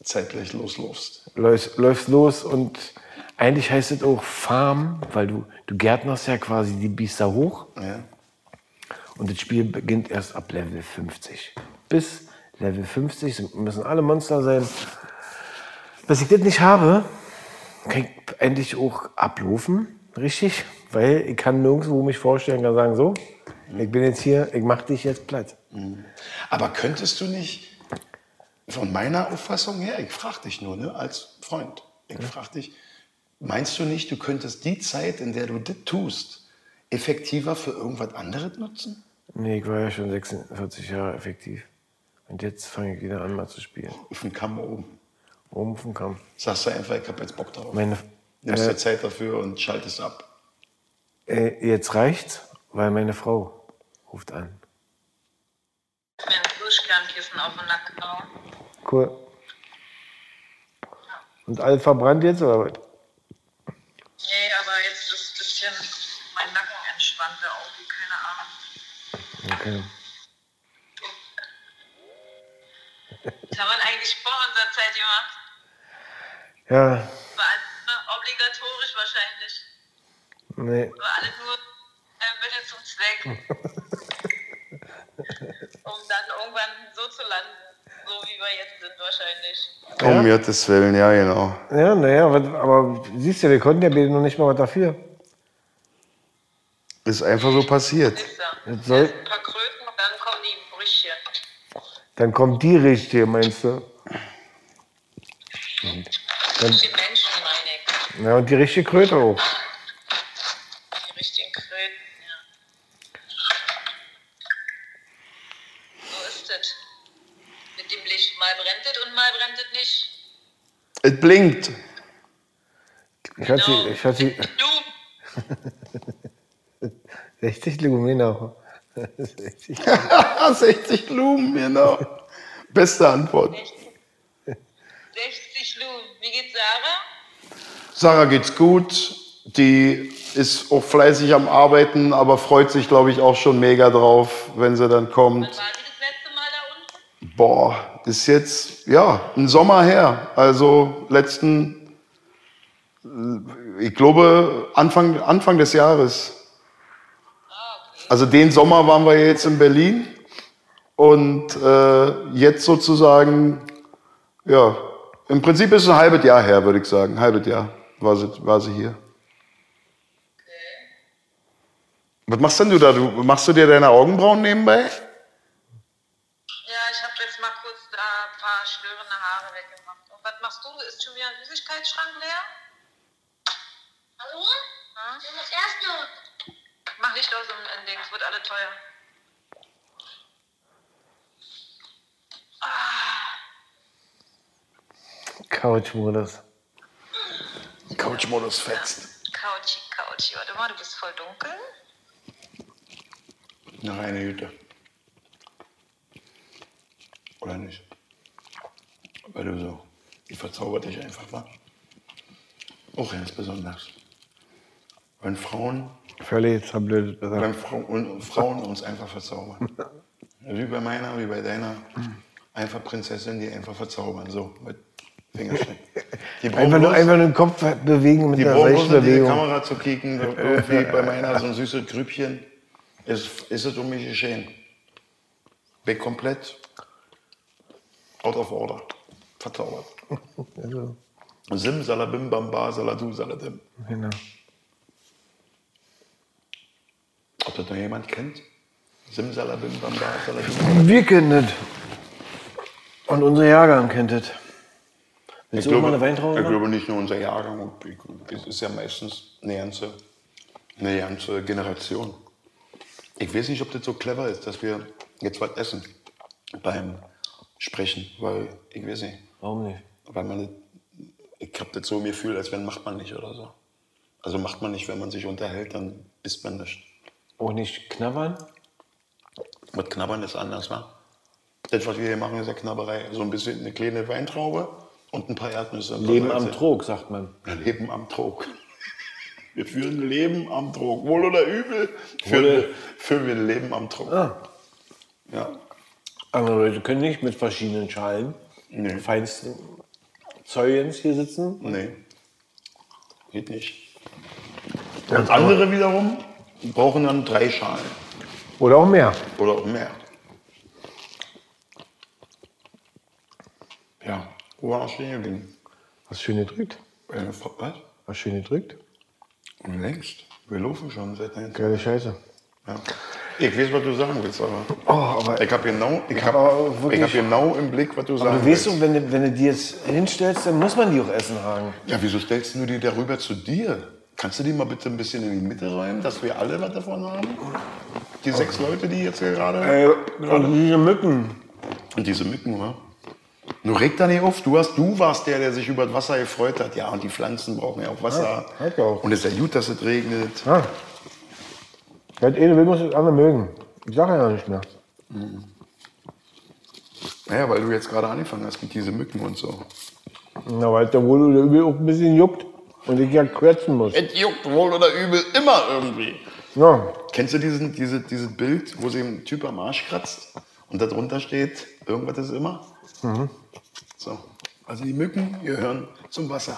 Zeitgleich losläufst. läufst, läufst los und Eigentlich heißt es auch Farm, weil du, du gärtnerst ja quasi die Biester hoch. Ja. Und das Spiel beginnt erst ab Level 50. Bis Level 50 sind- müssen alle Monster sein. Bis ich das nicht habe, kann ich endlich auch ablaufen, richtig? Weil ich kann nirgendwo mich vorstellen, kann sagen, so, ich bin jetzt hier, ich mach dich jetzt platt. Aber könntest du nicht, von meiner Auffassung her, ich frage dich nur, ne, als Freund, ich frage dich, meinst du nicht, du könntest die Zeit, in der du das tust, effektiver für irgendwas anderes nutzen? Nee, ich war ja schon 46 Jahre effektiv. Und jetzt fange ich wieder an, mal zu spielen. Auf den Kamm oben. Oben vom Kampf. Sagst du einfach, ich habe jetzt Bock darauf. Meine, Nimmst äh, dir Zeit dafür und schaltest ab. äh, jetzt reicht's, weil meine Frau ruft an. mir ein Kirschkernkissen auf den Nacken gehauen. Cool. Und alles verbrannt jetzt oder was? Nee, aber jetzt ist ein bisschen mein Nacken entspannter irgendwie, keine Okay. Ahnung. Das haben wir eigentlich vor unserer Zeit gemacht. Ja, War alles nur ne? obligatorisch wahrscheinlich. nee. War alles nur äh, Mittel zum Zweck. um dann irgendwann so zu landen, so wie wir jetzt sind wahrscheinlich. Um Gottes Willen, ja, genau. Ja, naja, aber siehst du, wir konnten ja beide noch nicht mal was dafür. Ist einfach so passiert. Ist er. Jetzt soll- Erst ein paar Kröten und dann kommen die Brüche. Dann kommt die richtige, meinst du? Die Menschen, meine ich. Ja, und die richtige Kröte auch. Die richtigen Kröten, ja. So ist das. Mit dem Licht. Mal brennt es und mal brennt es nicht. Es blinkt. Ich hatte, sie- ich hatte sie- Du, 60 Lumina. 60. 60 Ah, Lumen, genau. Beste Antwort. 60 Lu. Wie geht's Sarah? Sarah geht's gut. Die ist auch fleißig am Arbeiten, aber freut sich, glaube ich, auch schon mega drauf, wenn sie dann Wann kommt. war sie das letzte Mal da unten? Boah, ist jetzt, ja, ein Sommer her. Also letzten, äh, ich glaube, Anfang, Anfang des Jahres. Also den Sommer waren wir jetzt in Berlin und äh, jetzt sozusagen, ja, im Prinzip ist es ein halbes Jahr her, würde ich sagen. Halbes Jahr war sie, war sie hier. Was machst denn du da? Du, machst du dir deine Augenbrauen nebenbei? Ja, ich habe jetzt mal kurz da ein paar störende Haare weggemacht. Und was machst du? Ist schon wieder ein Süßigkeitsschrank leer? Hallo? Ja? Wir haben das erste Mal. Mach nicht aus im im Dings, wird alle teuer. Couch-Modus. Couchmodus fetzt. Couchy, Couchy. Warte mal, du bist voll dunkel. Nach einer Hütte. Oder nicht? Weil du so, die verzaubert dich einfach, war. Auch ganz besonders. Wenn Frauen, Völlig zerblödet. gesagt. wenn Frau, und Frauen uns einfach verzaubern. Wie bei meiner, wie bei deiner. Einfach Prinzessin, die einfach verzaubern. So, mit Fingerschnitt. Die Einfach nur, bloß- einfach nur den Kopf bewegen mit die einer brauchen bloß rechten in die Bewegung. Kamera zu kicken, irgendwie bei meiner so ein süßes Grübchen. Ist, ist es um mich geschehen. Bin komplett out of order. Verzaubert. Also, Sim, salabim, bamba, saladu, saladim. genau. Ob das noch jemand kennt? Sim, salabim, bamba, saladu, saladim. Wir kennen das. Und unser Jahrgang kennt das. Willst du auch mal eine Weintraube ich machen? glaube nicht nur unser Jahrgang. ich- Es ist ja meistens eine ganze, eine ganze Generation. Ich weiß nicht, ob das so clever ist, dass wir jetzt was essen beim Sprechen, weil ich weiß nicht, Warum nicht? weil man, das- ich habe das so mir Gefühl, als wenn macht man nicht oder so. Also macht man nicht, wenn man sich unterhält, dann isst man nicht. Auch nicht knabbern? Was Knabbern ist anders, wa? Das, was wir hier machen, ist ja Knabberei. So ein bisschen eine kleine Weintraube und ein paar Erdnüsse. Leben am Salze. Trog, sagt man. Leben am Trog. Wir führen Leben am Trog. Wohl oder übel führen, wir- führen wir Leben am Trog. Ah. Ja. Andere Leute können nicht mit verschiedenen Schalen, Nee. feinsten Zeugens hier sitzen. Nee. Geht nicht. Und andere wiederum brauchen dann drei Schalen Oder auch mehr. oder auch mehr. Ja, wo war das denn geblieben? Hast schön gedrückt. Äh, Was? Hast schön gedrückt. Längst. Wir laufen schon seit einer Zeit. Geile Scheiße. ja. Ich weiß, was du sagen willst, aber Oh, aber ich habe genau, ich Ich hab, hab aber ich wirklich- hab genau im Blick, was du sagen du weißt willst. doch, wenn du, wenn du die jetzt hinstellst, dann muss man die auch essen haben. Ja, wieso stellst du die darüber zu dir? Kannst du die mal bitte ein bisschen in die Mitte räumen, dass wir alle was davon haben? Die Oh. sechs Leute, die jetzt hier gerade. und diese Mücken. Und diese Mücken, wa? Nur reg da nicht auf. Du, hast, du warst der, der sich über das Wasser gefreut hat. Ja, und die Pflanzen brauchen ja auch Wasser. Ja, hat ja auch. Und es ist ja gut, dass es regnet. Ah. Das eine will, muss das andere mögen. Ich sage ja nicht mehr. Naja, weil du jetzt gerade angefangen hast mit diesen Mücken und so. Na, weil der wohl oder übel auch ein bisschen juckt und ich ja quetschen muss. Es juckt wohl oder übel immer irgendwie. Ja. Kennst du diesen, diese, dieses Bild, wo sie einen Typ am Arsch kratzt und darunter steht, irgendwas ist immer? So. Also die Mücken gehören zum Wasser.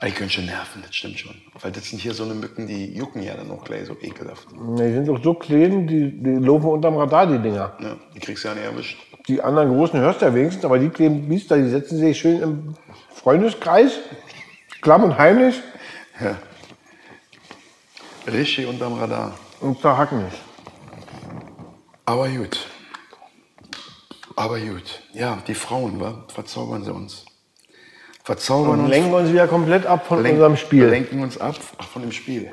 Aber Die können schon nerven, das stimmt schon. Weil das sind hier so eine Mücken, die jucken ja dann auch gleich so ekelhaft. Die sind doch so klein, die, die laufen unterm Radar, die Dinger. Ne? Die kriegst du ja nicht erwischt. Die anderen großen hörst du ja wenigstens, aber die kleinen Biester, die setzen sich schön im Freundeskreis, klamm und heimlich Richtig unterm Radar. und zerhacken nicht. Aber gut. Aber gut. Ja, die Frauen, wa? verzaubern sie uns. Verzaubern Und uns. lenken uns wieder komplett ab von Lenk- unserem Spiel. Lenken uns ab Ach, von dem Spiel.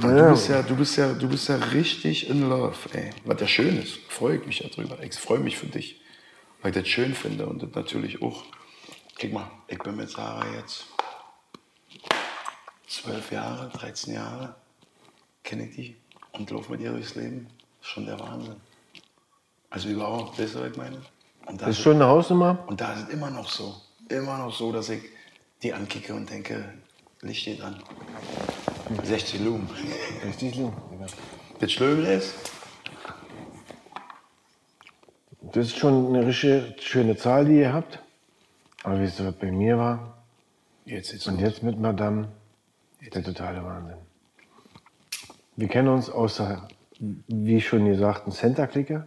Du, Ja. bist ja, du, bist ja, du bist ja richtig in love, ey. Was ja schön ist. Freue ich mich ja drüber. Ich freue mich für dich. Weil ich das schön finde und das natürlich auch. Guck mal, ich bin mit Sarah jetzt zwölf Jahre, 13 Jahre. Kenne ich die und laufe mit ihr durchs Leben. Ist schon der Wahnsinn. Also überhaupt, weißt du, was ich meine? Und da Das ist sind- schon eine Hausnummer. und da ist es immer noch so, immer noch so, dass ich die ankicke und denke, Licht steht an. 60 Lumen. Richtig schlimm. Das Schlimme ist, Das ist schon eine richtige schöne Zahl, die ihr habt. Aber wisst ihr, was bei mir war? jetzt ist Und jetzt mit Madame, der totale Wahnsinn. Wir kennen uns außer, wie schon gesagt, ein Center-Clicker.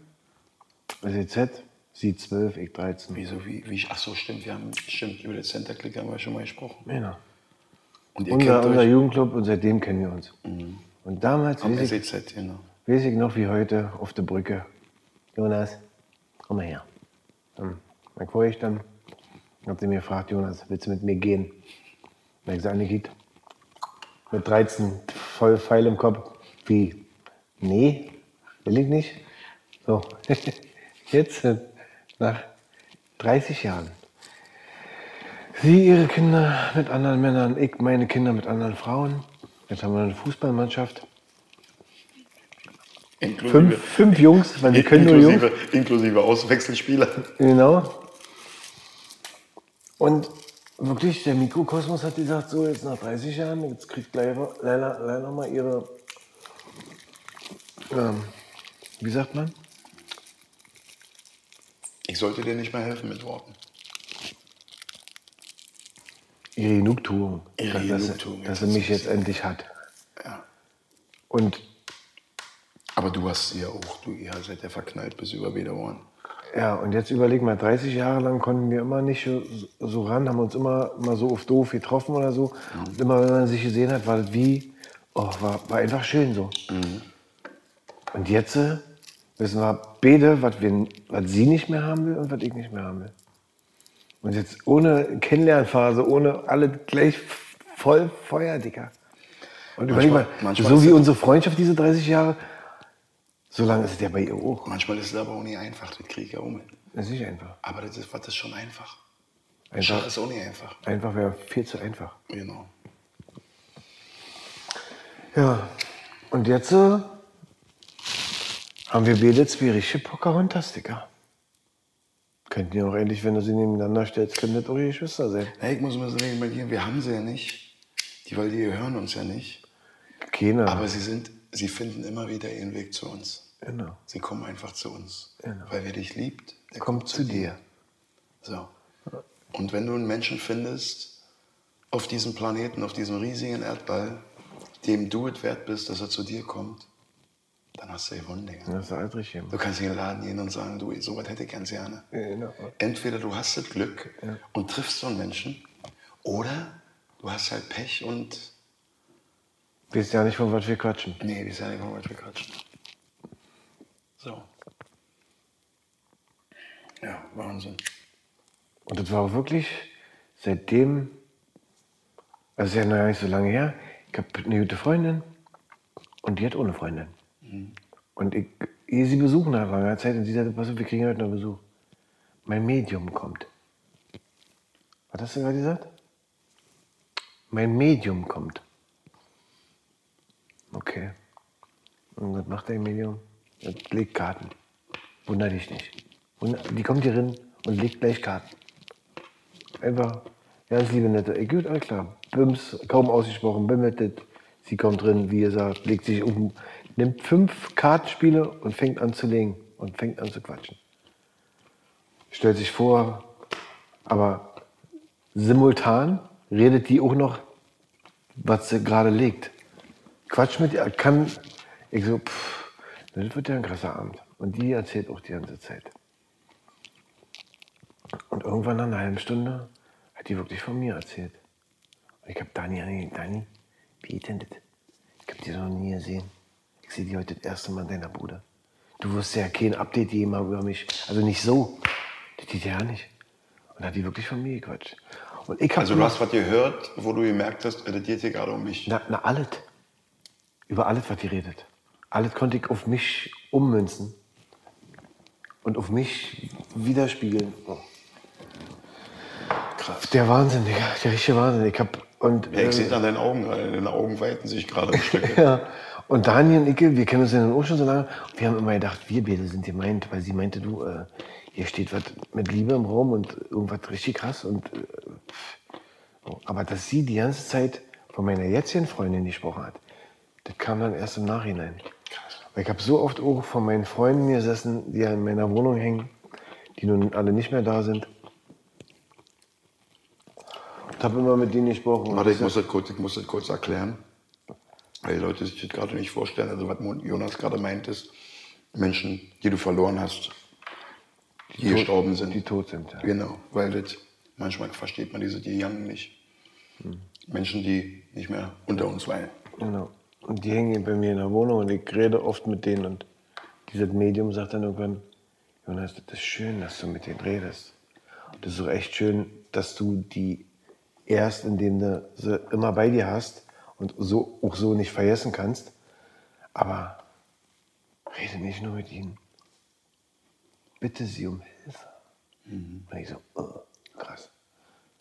SEZ, sie 12, ich 13. Wieso, wie, wie, ich- ach so, stimmt, wir haben, stimmt, über den Center Click haben wir schon mal gesprochen. Genau. Und ihr Unser, kennt unser euch Mhm. Jugendclub und seitdem kennen wir uns. Und damals, am weiß ich, SEZ, genau. weiß ich noch wie heute, auf der Brücke. Jonas, komm mal her. Hm. Dann fuhr ich dann, hat sie mir gefragt, Jonas, willst du mit mir gehen? Und ich sage, Nikit, mit 13, voll Pfeil im Kopf, wie, nee, will ich nicht. So, jetzt, äh, nach 30 Jahren, Sie ihre Kinder mit anderen Männern, ich meine Kinder mit anderen Frauen. Jetzt haben wir eine Fußballmannschaft. Inklusive, Fünf, fünf Jungs, weil wir können nur Jungs. inklusive, inklusive Auswechselspieler. Genau. Und wirklich, der Mikrokosmos hat gesagt, so jetzt nach 30 Jahren, jetzt kriegt Leila, Leila, Leila mal ihre, ähm, wie sagt man? Ich sollte dir nicht mehr helfen mit Worten. Ihre Genugtuung. Ihre dass, Genugtuung, Dass ja, sie mich das ist- jetzt endlich hat. Ja. Und Aber du hast sie ja auch, du, ihr seid ja verknallt bis über beide Ohren. Ja, und jetzt überleg mal, 30 Jahre lang konnten wir immer nicht so, so ran, haben uns immer mal so auf doof getroffen oder so. Mhm. Und immer, wenn man sich gesehen hat, war das wie, oh, war, war einfach schön so. Mhm. Und jetzt äh, wissen wir beide, was, wir, was sie nicht mehr haben will und was ich nicht mehr haben will. Und jetzt ohne Kennenlernphase, ohne alle gleich voll Feuer, Dicker. Und überleg Manchmal- mal, manchmal so ist wie es- unsere Freundschaft diese 30 Jahre, so lange ist es ja bei ihr auch. Manchmal ist es aber auch nicht einfach, das kriege ich ja um. Das ist nicht einfach. Aber das ist, was ist schon einfach. einfach Schach ist auch nicht einfach. Einfach wäre viel zu einfach. Genau. Ja. Und jetzt äh, haben wir beide zwei richtige Pocahontastiker. Könnten ja auch endlich, wenn du sie nebeneinander stellst, könnten das auch ihre Geschwister sein. Hey, ich muss mal so reden bei dir, wir haben sie ja nicht. Die, weil die hören uns ja nicht. Keiner. Aber sie sind, sie finden immer wieder ihren Weg zu uns. genau. Sie kommen einfach zu uns. Genau. Weil wer dich liebt, der Kommt zu dir. So. Und wenn du einen Menschen findest, auf diesem Planeten, auf diesem riesigen Erdball, dem du es wert bist, dass er zu dir kommt, dann hast du gewonnen, Digga. Das ist alt richtig. Du kannst in den Laden gehen und sagen, du, sowas hätte ich ganz gerne. Genau. Entweder du hast das Glück und triffst so einen Menschen, oder du hast halt Pech und Wisst ja nicht, von was wir quatschen. Nee, die Sally wollen wir quatschen. So. Ja, Wahnsinn. Und das war auch wirklich seitdem, also ist ja noch gar nicht so lange her, ich habe eine gute Freundin und die hat ohne Freundin. Und ich gehe sie besuchen nach langer Zeit und sie sagte, pass auf, wir kriegen heute noch Besuch. Mein Medium kommt. Was hast du gerade gesagt? Mein Medium kommt. Okay. Und was macht dein Medium? Das legt Karten. Wunder dich nicht. Wunder, die kommt hier rein und legt gleich Karten. Einfach ganz liebe Nette. Ey, gut, alles klar. Bims, kaum ausgesprochen, bimmettet. Sie kommt drin, wie ihr sagt, legt sich um, nimmt fünf Kartenspiele und fängt an zu legen und fängt an zu quatschen. Stellt sich vor, aber simultan redet die auch noch, was sie gerade legt. Quatsch mit ihr, kann. Ich so, pff, das wird ja ein krasser Abend. Und die erzählt auch die ganze Zeit. Und irgendwann nach einer halben Stunde hat die wirklich von mir erzählt. Und ich hab Dani angeguckt, Dani, wie geht denn das? Ich hab die noch nie gesehen. Ich sehe die heute das erste Mal in deiner Bude. Du wirst ja kein Update geben über mich. Also nicht so. Das geht ja nicht. Und hat die wirklich von mir gequatscht. Und ich hab Also du hast was gehört, wo du gemerkt hast, äh, das geht hier gerade um mich. na, na, alles. Über alles, was die redet. Alles konnte ich auf mich ummünzen. Und auf mich widerspiegeln. Oh. Krass. Der Wahnsinn, Digga. Der richtige Wahnsinn. Ich hab. Und, Ja, äh, ich sehe an deinen Augen, äh, deine Augen weiten sich gerade um ein Stück. ja. Und Daniel und Icke, wir kennen uns ja nun auch schon so lange. Und wir haben immer gedacht, wir beide sind gemeint, weil sie meinte, du, äh, hier steht was mit Liebe im Raum und irgendwas richtig krass. Und, äh, pff. So. aber dass sie die ganze Zeit von meiner jetzigen Freundin gesprochen hat, das kam dann erst im Nachhinein. Weil ich habe so oft auch von meinen Freunden hier gesessen, die ja in meiner Wohnung hängen, die nun alle nicht mehr da sind. Und habe immer mit denen gesprochen. Warte, ich muss, das kurz, ich muss das kurz erklären. Weil die Leute sich das gerade nicht vorstellen. Also was Jonas gerade meint, ist Menschen, die du verloren hast, die, tot- gestorben sind. die tot sind, ja. Genau, weil das, manchmal versteht man diese die Young nicht. Hm. Menschen, die nicht mehr unter uns weilen. Genau. Und die hängen bei mir in der Wohnung und ich rede oft mit denen. Und dieses Medium sagt dann irgendwann, Jonas, das ist schön, dass du mit denen redest. Und das ist auch echt schön, dass du die erst, indem du sie immer bei dir hast und so, auch so nicht vergessen kannst. Aber rede nicht nur mit ihnen. Bitte sie um Hilfe. Und ich so, oh, krass.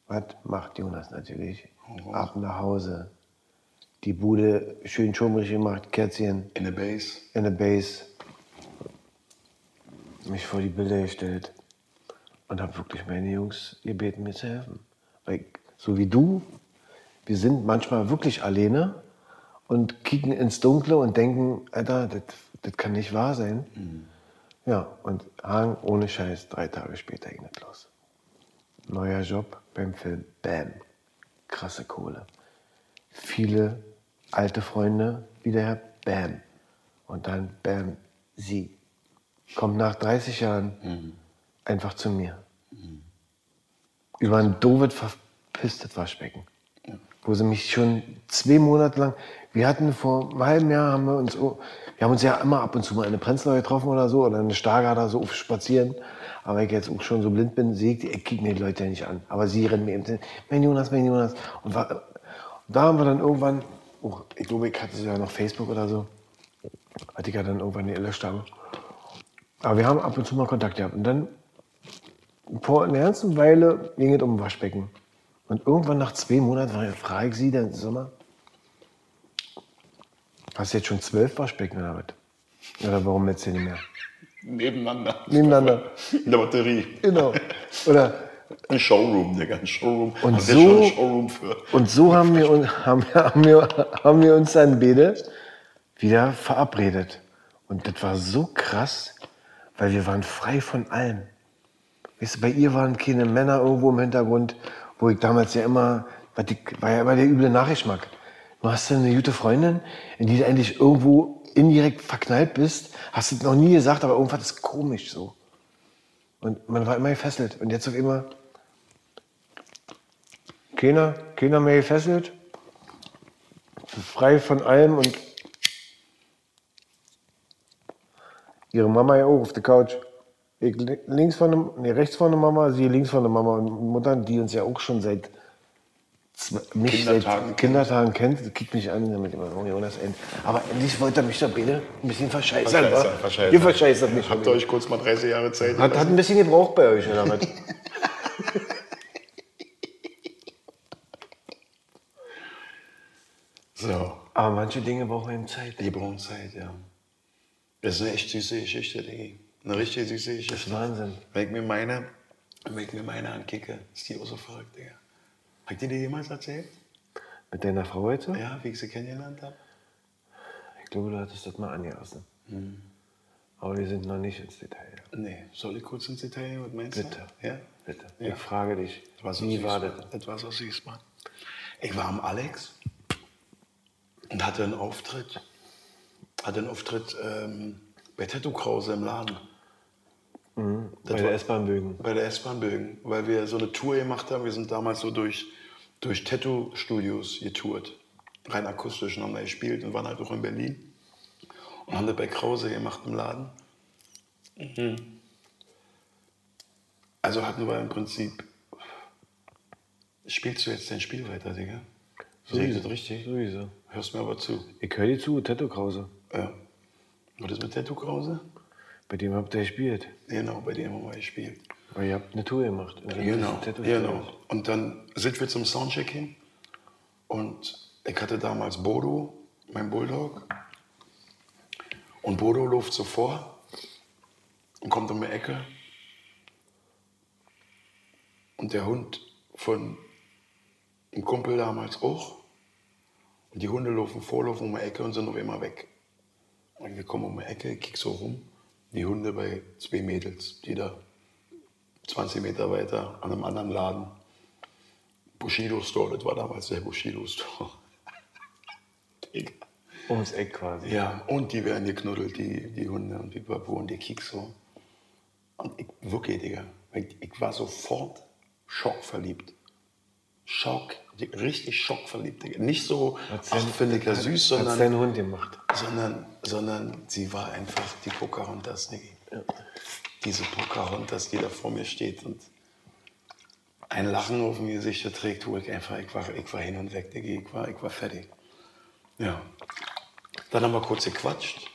Was macht Jonas natürlich? Ab nach Hause. Die Bude schön schummrig gemacht, Kerzchen In the base. in der Base. Mich vor die Bilder gestellt. Und habe wirklich meine Jungs gebeten, mir zu helfen. Weil, so wie du, wir sind manchmal wirklich alleine und kicken ins Dunkle und denken, Alter, das das kann nicht wahr sein. Ja, und Hang ohne Scheiß, drei Tage später ging das los. Neuer Job beim Film, bam. Krasse Kohle. Viele alte Freunde wieder her, bam. Und dann, bam, sie. Kommt nach 30 Jahren einfach zu mir. Über ein doofes, verpisstes Waschbecken. Wo sie mich schon zwei Monate lang, wir hatten vor einem halben Jahr, haben wir uns, oh, wir haben uns ja immer ab und zu mal in eine Prenzlau getroffen oder so, oder in eine Stargarder, so auf Spazieren. Aber ich jetzt auch schon so blind bin, sehe ich, die- ich kriege mir die Leute ja nicht an. Aber sie rennen mir eben, hin, mein Jonas, mein Jonas. Und, war, und da haben wir dann irgendwann, oh, ich glaube, ich hatte sogar noch Facebook oder so, hatte ich ja dann irgendwann gelöscht habe. Aber wir haben ab und zu mal Kontakt gehabt. Und dann vor einer ganzen Weile ging es um ein Waschbecken. Und irgendwann nach zwei Monaten war- frage ich sie dann, sag mal, hast du jetzt schon zwölf Waschbecken oder was? Oder warum jetzt hier nicht mehr? Nebeneinander. Nebeneinander. In der Batterie. Genau. Oder, Ein Showroom, Digga. Ein Showroom. Und Hast du jetzt schon so- einen Showroom für. und so haben wir, un- haben, haben, wir, haben wir uns dann Bede wieder verabredet. Und das war so krass, weil wir waren frei von allem. Weißt du, bei ihr waren keine Männer irgendwo im Hintergrund, wo ich damals ja immer, war, die, war ja immer der üble Nachgeschmack. Du hast ja eine gute Freundin, in die du eigentlich irgendwo indirekt verknallt bist, hast es noch nie gesagt, aber irgendwas ist komisch so. Und man war immer gefesselt. Und jetzt auf immer keiner, keiner mehr gefesselt, frei von allem und ihre Mama ja auch auf der Couch. Ich li- links von dem, nee, rechts von der Mama, sie links von der Mama und Mutter, die uns ja auch schon seit zw- mich Kindertagen seit Kindertagen kennt, die kickt mich an damit immer oh, Jonas ein. Aber endlich wollte er mich da bitte ein bisschen verscheißern. wa? Ihr verscheißert mich. Habt ihr euch kurz mal 30 Jahre Zeit. Hat, hat ein bisschen gebraucht bei euch, oder was? So. Aber manche Dinge brauchen eben Zeit. Die brauchen Zeit, ja. Das ist eine echt süße Geschichte, Diggi. Eine richtig süße Geschichte. Das ist Wahnsinn. Wenn ich mir meine, wenn ich mir meine ankicke, ist die auch so verrückt, Digga. Hab ich dir die jemals erzählt? Mit deiner Frau heute? Ja, wie ich sie kennengelernt habe? Ich glaube, du hattest das mal angelassen. Hm. Aber wir sind noch nicht ins Detail. Nee. Soll ich kurz ins Detail? Was meinst Bitte. du? Ja? Bitte. Ja. Ich frage dich, Das war so wie süß, war Mann. das? Das war so süß, Mann. Ich war am Alex und hatte einen Auftritt. Hatte einen Auftritt ähm, bei Tattoo Krause im Laden. Bei der S-Bahn-Bögen. Bei der S-Bahn-Bögen, weil wir so eine Tour gemacht haben. Wir sind damals so durch, durch Tattoo-Studios getourt. Rein akustisch und haben da gespielt und waren halt auch in Berlin. Und haben das bei Krause gemacht im Laden. Also hatten wir im Prinzip. Spielst du jetzt dein Spiel weiter, Digga? So ist das richtig. Sowieso. Hörst mir aber zu. Ich höre dir zu, Tattoo Krause. Ja. War das mit Tattoo Krause? Bei dem habt ihr gespielt. Genau, bei dem haben wir gespielt. Aber ihr habt eine Tour gemacht. Und ihr habt Genau, das Tattoo genau. gemacht. Und dann sind wir zum Soundcheck hin und ich hatte damals Bodo, mein Bulldog. Und Bodo läuft so vor und kommt um die Ecke. Und der Hund von einem Kumpel damals auch. Und die Hunde laufen vor, laufen um die Ecke und sind auf immer weg. Und wir kommen um die Ecke, ich kick so rum. Die Hunde bei zwei Mädels, die da 20 Meter weiter an einem anderen Laden. Bushido Store, das war damals der Bushido Store. Digga. Ums Eck quasi. ja, und die werden geknuddelt, die, die Hunde und die Papu und die Kicks so. Und ich, wirklich, Digga, ich, ich war sofort schockverliebt. Schock, die- richtig schockverliebt, Digga. Nicht so, Hat's ach, dein- finde ich ja süß, Hat's sondern, dein Hund gemacht. sondern, sondern sie war einfach die Pocahontas, Digga. Diese Pocahontas, die da vor mir steht und ein Lachen auf dem Gesicht trägt, wo ich einfach, ich war, ich war hin und weg, Digga, ich war, ich war fertig. Ja. Dann haben wir kurz gequatscht,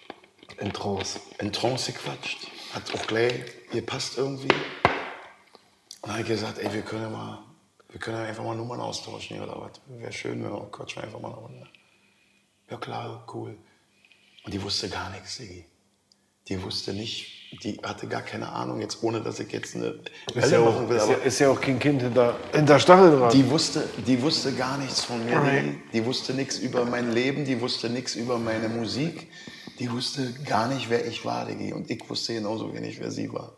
In Trance. in Trance gequatscht, hat auch gleich gepasst irgendwie. Und dann habe ich gesagt, ey, wir können ja mal, wir können ja einfach mal Nummern austauschen hier oder was. Wäre schön, wenn wir quatschen einfach mal eine Runde. Ja klar, cool. Und die wusste gar nichts, Diggi. Die wusste nicht, die hatte gar keine Ahnung, jetzt ohne dass ich jetzt eine Ist Welle ja, machen auch, will. ist, ja, Aber ist ja auch kein Kind hinter, hinter Stacheln dran. die wusste, die wusste gar nichts von mir. Die, die wusste nichts über mein Leben, die wusste nichts über meine Musik. Die wusste gar nicht, wer ich war, Diggi. Und ich wusste genauso wenig, wer sie war.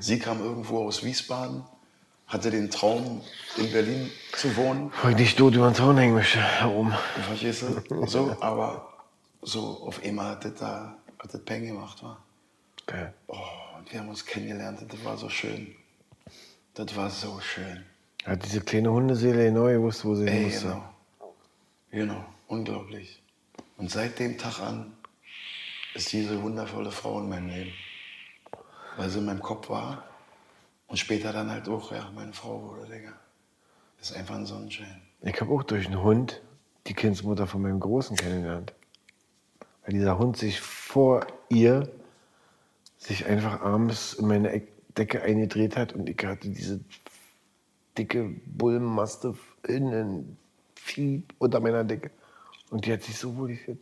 Sie kam irgendwo aus Wiesbaden, hatte den Traum, in Berlin zu wohnen. Weil ich nicht tot über den Zaun hängen möchte, herum. Verstehst du? So, aber so auf einmal hat das da, hat das Peng gemacht, war. Geil. Oh, und wir haben uns kennengelernt, und das war so schön. Das war so schön. Hat diese kleine Hundeseele genau gewusst, wo sie hin Ey, musste. genau. Genau, unglaublich. Und seit dem Tag an ist diese wundervolle Frau in meinem Leben. Weil sie in meinem Kopf war und später dann halt auch, ja, meine Frau wurde, Digga. Ist einfach ein Sonnenschein. Ich habe auch durch einen Hund die Kindsmutter von meinem Großen kennengelernt. Weil dieser Hund sich vor ihr sich einfach abends in meine Eck- Decke eingedreht hat und ich hatte diese dicke Bullenmaste innen viel unter meiner Decke. Und die hat sich so wohl gefühlt.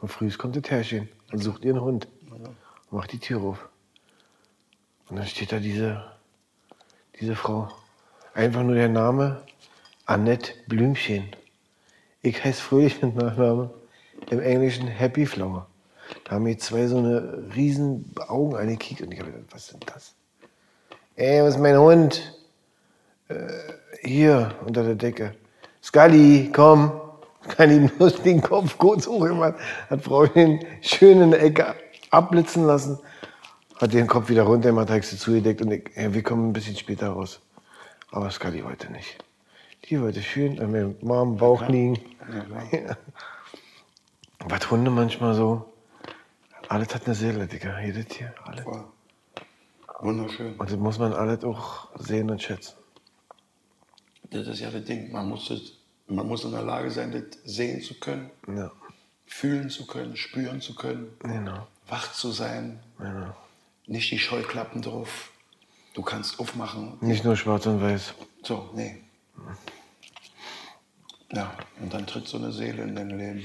Und früh kommt das Herrchen und sucht ihren Hund. Und macht die Tür auf. Und dann steht da diese, diese Frau. Einfach nur der Name Annette Blümchen. Ich heiße Fröhlich mit Nachnamen. Im Englischen Happy Flower. Da haben mir zwei so eine riesen Augen angekickt und ich habe gedacht, was sind das? Ey, wo ist mein Hund? Äh, hier, unter der Decke. Scully, komm. Scully bloß den Kopf kurz hochgemacht. Hat Frau den schön in der Ecke abblitzen lassen. Hat den Kopf wieder runter gemacht, hat sie zugedeckt und ich, ey, wir kommen ein bisschen später raus. Aber Scully wollte nicht. Die wollte schön an meinem warmen Bauch liegen. Was Hunde manchmal so. Alles hat eine Seele, Digga. Jedes Tier, alles. Voll. Wunderschön. Und das muss man alles auch sehen und schätzen. Das ist ja das Ding. Man muss, das, man muss in der Lage sein, das sehen zu können, Ja, fühlen zu können, spüren zu können, genau. wach zu sein, genau. nicht die Scheuklappen drauf. Du kannst aufmachen. Nicht nur schwarz und weiß. So, nee. Ja, und dann tritt so eine Seele in dein Leben,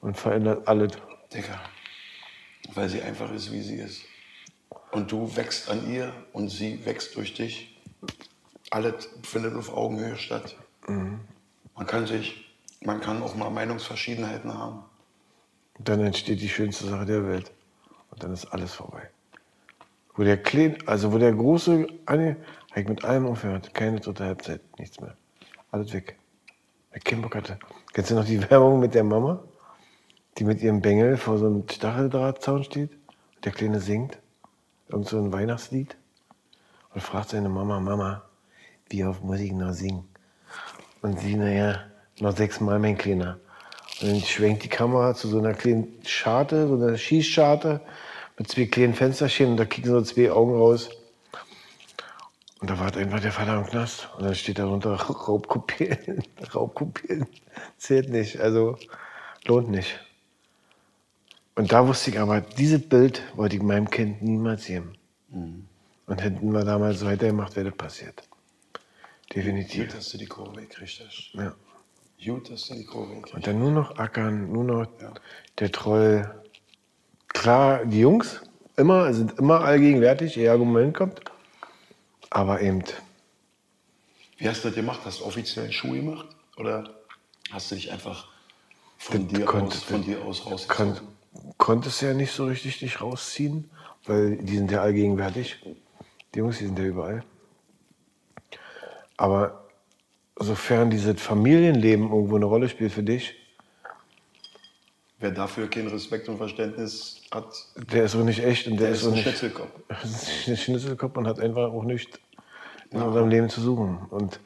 Und verändert alles. Digga. Weil sie einfach ist, wie sie ist. Und du wächst an ihr und sie wächst durch dich. Alles findet auf Augenhöhe statt. Man kann sich, man kann auch mal Meinungsverschiedenheiten haben. Und dann entsteht die schönste Sache der Welt. Und dann ist alles vorbei. Wo der Klein, also wo der Große, Anne, hab ich mit allem aufgehört. Keine dritte Halbzeit, nichts mehr. Alles weg. Weil ich keinen Bock hatte. Kennst du noch die Werbung mit der Mama? Die mit ihrem Bengel vor so einem Stacheldrahtzaun steht. Und der Kleine singt. Irgend so ein Weihnachtslied. Und fragt seine Mama, Mama, wie oft muss ich noch singen? Und sie, naja, noch sechsmal mein Kleiner. Und dann schwenkt die Kamera zu so einer kleinen Scharte, so einer Schießscharte mit zwei kleinen Fensterchen und da kicken so zwei Augen raus. Und da war halt einfach der Vater im Knast. Und dann steht darunter Raubkopieren. Raubkopieren zählt nicht, also lohnt nicht. Und da wusste ich aber, dieses Bild wollte ich meinem Kind niemals geben. Und hätten wir damals so weitergemacht, wäre das passiert. Gut, Definitiv. dass du die Kurve gekriegt hast. Ja. Gut, dass du die Kurve gekriegt Und dann nur noch ackern, nur noch Ja. der Troll. Klar, die Jungs immer, sind immer allgegenwärtig, ihr Argument kommt. Aber eben, hast. Wie hast du das gemacht? Hast du offiziell Schuh gemacht? Oder hast du dich einfach von, Das dir, konnte- aus, von dir aus rausgezogen? kann, konntest du ja nicht so richtig dich rausziehen, weil die sind ja allgegenwärtig. Die Jungs, die sind ja überall. Aber sofern dieses Familienleben irgendwo eine Rolle spielt für dich, Wer dafür keinen Respekt und Verständnis hat, der ist auch nicht echt und der, der ist ist auch ein nicht. Schätzelkopf. Das ist ein Schnitzelkopf und hat einfach auch nichts in unserem Leben zu suchen. Und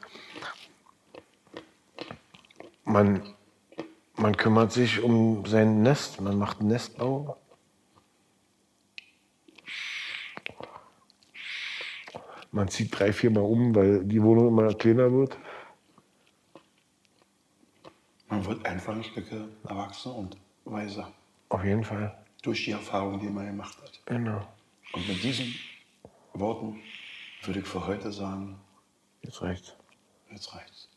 man, man kümmert sich um sein Nest, man macht einen Nestbau. Man zieht drei, viermal um, weil die Wohnung immer kleiner wird. Man wird einfach ein Stück erwachsener und weiser. Auf jeden Fall. Durch die Erfahrung, die man gemacht hat. Genau. Und mit diesen Worten würde ich für heute sagen, Jetzt reicht's. jetzt reicht's.